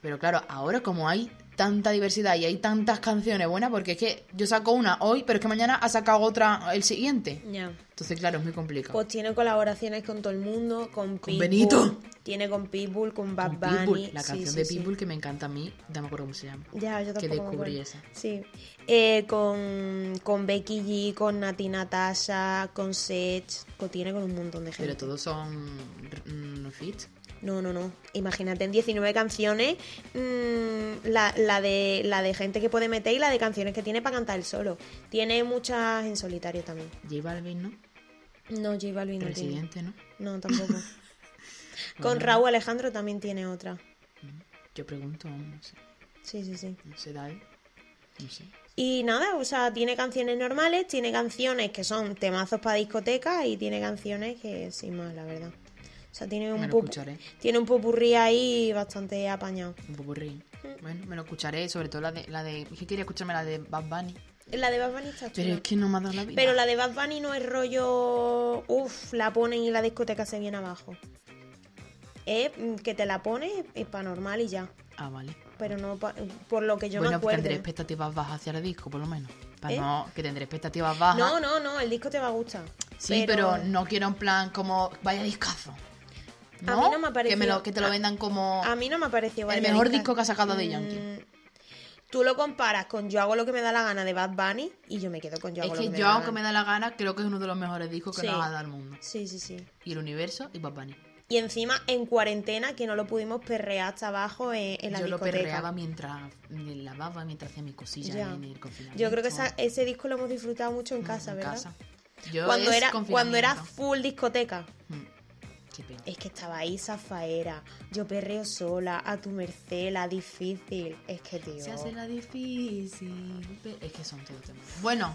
Speaker 1: Pero claro, ahora como hay tanta diversidad y hay tantas canciones buenas, porque es que yo saco una hoy, pero es que mañana ha sacado otra el siguiente.
Speaker 2: Ya.
Speaker 1: Entonces, claro, es muy complicado.
Speaker 2: Pues tiene colaboraciones con todo el mundo, con, Pitbull,
Speaker 1: Benito.
Speaker 2: Tiene con Pitbull, con Bad
Speaker 1: Con
Speaker 2: Bunny.
Speaker 1: Pitbull, la
Speaker 2: sí,
Speaker 1: canción
Speaker 2: sí,
Speaker 1: de
Speaker 2: sí.
Speaker 1: Pitbull que me encanta a mí, no me acuerdo cómo se llama.
Speaker 2: Ya, yo
Speaker 1: que
Speaker 2: tampoco me
Speaker 1: descubrí
Speaker 2: acuerdo.
Speaker 1: esa.
Speaker 2: Sí. Eh, con, con Becky G, con Nati Natasha, con Sech, con, tiene con un montón de gente.
Speaker 1: Pero todos son mm, fit.
Speaker 2: No, no, no. Imagínate en 19 canciones mm, la, la de, la de gente que puede meter y la de canciones que tiene para cantar el solo. Tiene muchas en solitario también.
Speaker 1: J Balvin, ¿no?
Speaker 2: No, J Balvin no tiene.
Speaker 1: Residente, ¿no?
Speaker 2: No, tampoco. Con Raúl Alejandro también tiene otra.
Speaker 1: Yo pregunto, no sé,
Speaker 2: Sí, sí, sí.
Speaker 1: no sé, Dai. No sé.
Speaker 2: Y nada, o sea, tiene canciones normales, tiene canciones que son temazos para discotecas y tiene canciones que sin más, la verdad. O sea, tiene
Speaker 1: Me
Speaker 2: un,
Speaker 1: lo
Speaker 2: popu-
Speaker 1: escucharé.
Speaker 2: tiene un popurrí ahí bastante apañado.
Speaker 1: Un poco río. Bueno, me lo escucharé, sobre todo la de. La de es que quería escucharme la de Bad Bunny.
Speaker 2: La de Bad Bunny está
Speaker 1: Pero
Speaker 2: chula.
Speaker 1: es que no me ha dado la vida.
Speaker 2: Pero la de Bad Bunny no es rollo. Uf, la ponen y la discoteca se viene abajo. Es mm, que te la pones, es pa' normal y ya.
Speaker 1: Ah, vale.
Speaker 2: Pero no pa- por lo que yo me
Speaker 1: bueno, pues
Speaker 2: acuerdo.
Speaker 1: tendré expectativas bajas hacia el disco, por lo menos. Para
Speaker 2: ¿Eh?
Speaker 1: no, que tendré expectativas bajas.
Speaker 2: No, no, no, el disco te va a gustar.
Speaker 1: sí, pero... no quiero en plan como. Vaya discazo.
Speaker 2: A mí no me ha
Speaker 1: que, me
Speaker 2: parecido-
Speaker 1: lo, que te lo vendan como.
Speaker 2: A mí no me ha parecido
Speaker 1: El
Speaker 2: Vaya
Speaker 1: mejor
Speaker 2: Disco.
Speaker 1: disco que ha sacado de Yankee.
Speaker 2: Mm, Tú lo comparas con Yo hago lo que me da la gana de Bad Bunny y yo me quedo con Yo
Speaker 1: es
Speaker 2: hago lo
Speaker 1: que
Speaker 2: que
Speaker 1: yo,
Speaker 2: me da
Speaker 1: aunque
Speaker 2: la
Speaker 1: me
Speaker 2: gana.
Speaker 1: da la gana, creo que es uno de los mejores discos que
Speaker 2: Sí.
Speaker 1: nos ha dado el mundo.
Speaker 2: Sí, sí, sí.
Speaker 1: Y el universo y Bad Bunny.
Speaker 2: Y encima en cuarentena que no lo pudimos perrear hasta abajo en, en la
Speaker 1: yo lo
Speaker 2: discoteca.
Speaker 1: perreaba mientras me lavaba, mientras hacía mis cosillas
Speaker 2: Ya.
Speaker 1: en el confinamiento. Mm,
Speaker 2: Yo creo que esa- ese disco lo hemos disfrutado mucho en casa,
Speaker 1: en
Speaker 2: ¿verdad?
Speaker 1: casa. Yo
Speaker 2: Cuando
Speaker 1: es
Speaker 2: era Eh, cuando era
Speaker 1: confinamiento.
Speaker 2: full discoteca.
Speaker 1: Mm. Qué pena.
Speaker 2: Es que estaba ahí Zafaera, yo perreo sola, a tu merced, la difícil. Es que, tío.
Speaker 1: Se hace la difícil. pe- Es que son todos temas. Bueno,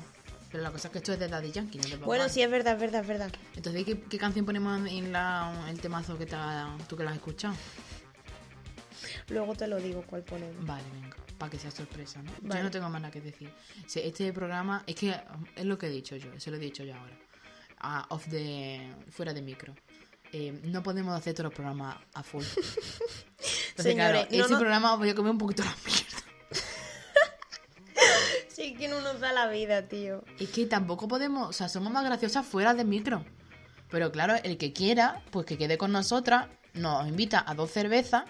Speaker 1: pero la cosa es que esto es de Daddy Yankee, no es de Bob
Speaker 2: Bueno,
Speaker 1: Marley.
Speaker 2: sí, es verdad, es verdad, es verdad.
Speaker 1: Entonces, ¿qué, qué canción ponemos en la, el temazo que te ha dado? tú que la has escuchado?
Speaker 2: Luego te lo digo cuál ponemos.
Speaker 1: Vale, venga, para que sea sorpresa, ¿no?
Speaker 2: Vale.
Speaker 1: Yo no tengo más nada que decir. Sí, Este programa, es que um, es lo que he dicho yo, se lo he dicho yo ahora. Ah, off the, fuera de micro. Eh, no podemos hacer todos los programas a full. Entonces, claro,
Speaker 2: Señores, no
Speaker 1: este
Speaker 2: nos-
Speaker 1: programa voy a comer un poquito la mierda.
Speaker 2: Sí, que no nos da la vida, tío.
Speaker 1: Es que tampoco podemos, o sea, somos más graciosas fuera de micro. Pero claro, el que quiera, pues que quede con nosotras, nos invita a dos cervezas,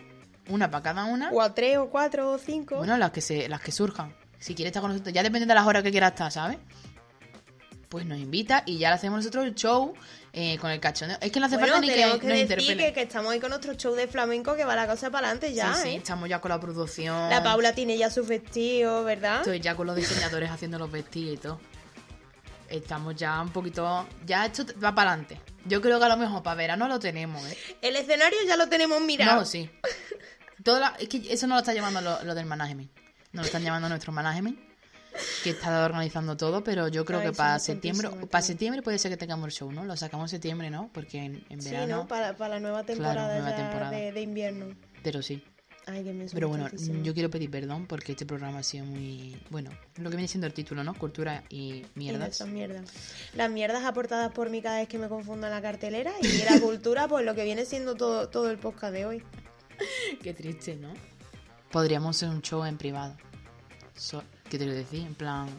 Speaker 1: una para cada una.
Speaker 2: ¿Ah? O a tres, o cuatro, o cinco.
Speaker 1: Bueno, las que se, las que surjan. Si quiere estar con nosotros, ya depende de las horas que quiera estar, ¿sabes? Pues nos invita y ya le hacemos nosotros el show eh, con el cachondeo. Es que no hace
Speaker 2: Bueno,
Speaker 1: falta ni que
Speaker 2: tenemos
Speaker 1: nos
Speaker 2: que decir
Speaker 1: interpele.
Speaker 2: que, que estamos ahí con nuestro show de flamenco que va la cosa para adelante ya,
Speaker 1: sí, sí,
Speaker 2: ¿eh?
Speaker 1: estamos ya con la producción.
Speaker 2: La Paula tiene ya su vestido, ¿verdad?
Speaker 1: Estoy ya con los diseñadores haciendo los vestidos y todo. Estamos ya un poquito. Ya esto va para adelante. Yo creo que a lo mejor para verano lo tenemos, ¿eh?
Speaker 2: El escenario ya lo tenemos mirado.
Speaker 1: No, sí. Todo la- es que eso no lo está llevando lo, lo del management. No lo están llamando nuestro management, que está organizando todo, pero yo creo
Speaker 2: Ay,
Speaker 1: que
Speaker 2: somos
Speaker 1: para septiembre,
Speaker 2: tontísimos,
Speaker 1: para
Speaker 2: tío.
Speaker 1: septiembre puede ser que tengamos el show, ¿no? Lo sacamos en septiembre, ¿no? Porque en, en
Speaker 2: Sí,
Speaker 1: verano,
Speaker 2: ¿no? Para, para la nueva temporada,
Speaker 1: nueva
Speaker 2: ya
Speaker 1: temporada.
Speaker 2: De, de invierno.
Speaker 1: pero sí.
Speaker 2: Ay, Dios mío, somos
Speaker 1: Pero bueno, mm,
Speaker 2: tontísimos.
Speaker 1: yo quiero pedir perdón porque este programa ha sido muy, bueno, lo que viene siendo el título, ¿no? Cultura y
Speaker 2: Y
Speaker 1: mierdas.
Speaker 2: nuestras mierdas. Las mierdas aportadas por mí cada vez que me confundo en la cartelera y la cultura, pues lo que viene siendo todo, todo el podcast de hoy.
Speaker 1: Qué triste, ¿no? Podríamos hacer un show en privado. So- ¿Qué te quiero decir? En plan,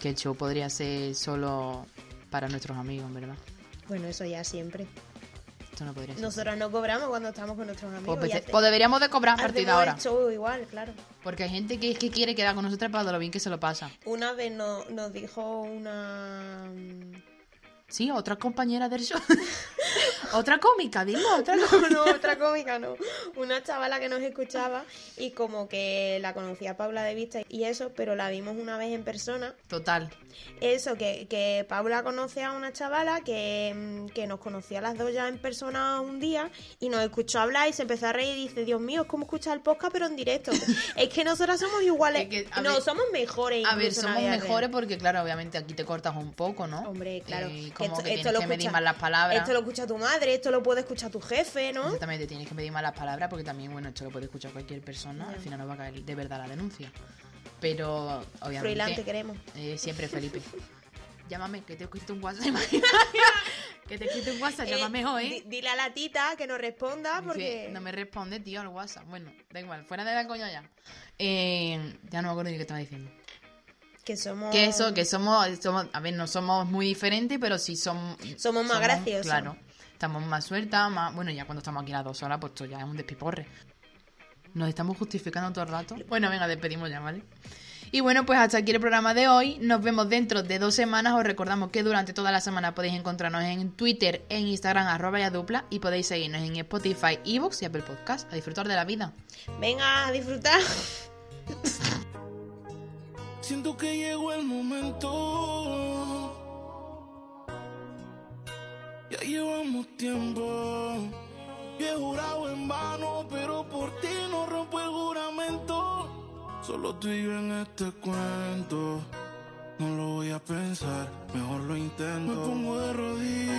Speaker 1: que el show podría ser solo para nuestros amigos, ¿verdad?
Speaker 2: Bueno, eso ya siempre.
Speaker 1: Esto no podría ser.
Speaker 2: Nosotras no cobramos cuando estamos con nuestros amigos.
Speaker 1: Pues,
Speaker 2: y
Speaker 1: pues,
Speaker 2: hace-
Speaker 1: pues deberíamos de cobrar a partir de
Speaker 2: hacemos el
Speaker 1: ahora.
Speaker 2: show igual, claro.
Speaker 1: Porque hay gente que es que quiere quedar con nosotros para lo bien que se lo pasa.
Speaker 2: Una vez no- nos dijo una...
Speaker 1: Sí, otra compañera del show. otra cómica, digo, otra
Speaker 2: No,
Speaker 1: cómica.
Speaker 2: no, otra cómica no. Una chavala que nos escuchaba y como que la conocía Paula de vista y eso, pero la vimos una vez en persona.
Speaker 1: Total.
Speaker 2: Eso, que, que Paula conoce a una chavala que, mm, que nos conocía a las dos ya en persona un día y nos escuchó hablar y se empezó a reír y dice, Dios mío, es como escuchar el podcast pero en directo. es que nosotras somos iguales.
Speaker 1: Es que, a
Speaker 2: no,
Speaker 1: ver-
Speaker 2: somos mejores.
Speaker 1: A ver,
Speaker 2: incluso en la
Speaker 1: somos
Speaker 2: vida
Speaker 1: mejores
Speaker 2: real.
Speaker 1: porque, claro, obviamente aquí te cortas un poco, ¿no?
Speaker 2: Hombre, claro.
Speaker 1: Eh, como
Speaker 2: Esto-
Speaker 1: que
Speaker 2: esto
Speaker 1: tienes
Speaker 2: lo
Speaker 1: que medir
Speaker 2: escucha-
Speaker 1: más las palabras.
Speaker 2: Esto lo escucha tu madre, esto lo puede escuchar tu jefe, ¿no?
Speaker 1: Exactamente, tienes que pedir malas palabras porque también, bueno, esto lo puede escuchar cualquier persona, al final no va a caer de verdad la denuncia. Pero,
Speaker 2: Froilán,
Speaker 1: obviamente,
Speaker 2: te queremos.
Speaker 1: eh, siempre Felipe. llámame, que te he escrito un WhatsApp, que te he escrito un WhatsApp, llámame
Speaker 2: Eh,
Speaker 1: hoy.
Speaker 2: di- Dile a la tita que nos responda
Speaker 1: Es que
Speaker 2: porque...
Speaker 1: no me responde, tío, al WhatsApp. Bueno, da igual, fuera de la coña ya. Eh, ya no me acuerdo ni qué estaba diciendo.
Speaker 2: Que somos...
Speaker 1: Que eso, que somos, somos- a ver, no somos muy diferentes, pero sí somos...
Speaker 2: Somos más graciosos.
Speaker 1: Claro, estamos más sueltas, más... Bueno, ya cuando estamos aquí las dos horas, pues esto ya es un despiporre. Nos estamos justificando todo el rato. Bueno, venga, despedimos ya, ¿vale? Y bueno, pues hasta aquí el programa de hoy. Nos vemos dentro de dos semanas. Os recordamos que durante toda la semana podéis encontrarnos en Twitter, en Instagram, arroba y dupla. Y podéis seguirnos en Spotify, Evox y Apple Podcast. A disfrutar de la vida.
Speaker 2: Venga, a disfrutar.
Speaker 6: Siento que llegó el momento. Ya llevamos tiempo. Yo he jurado en vano, pero por ti no rompo el juramento. Solo tú y yo en este cuento. No lo voy a pensar, mejor lo intento. Me pongo de rodillas. este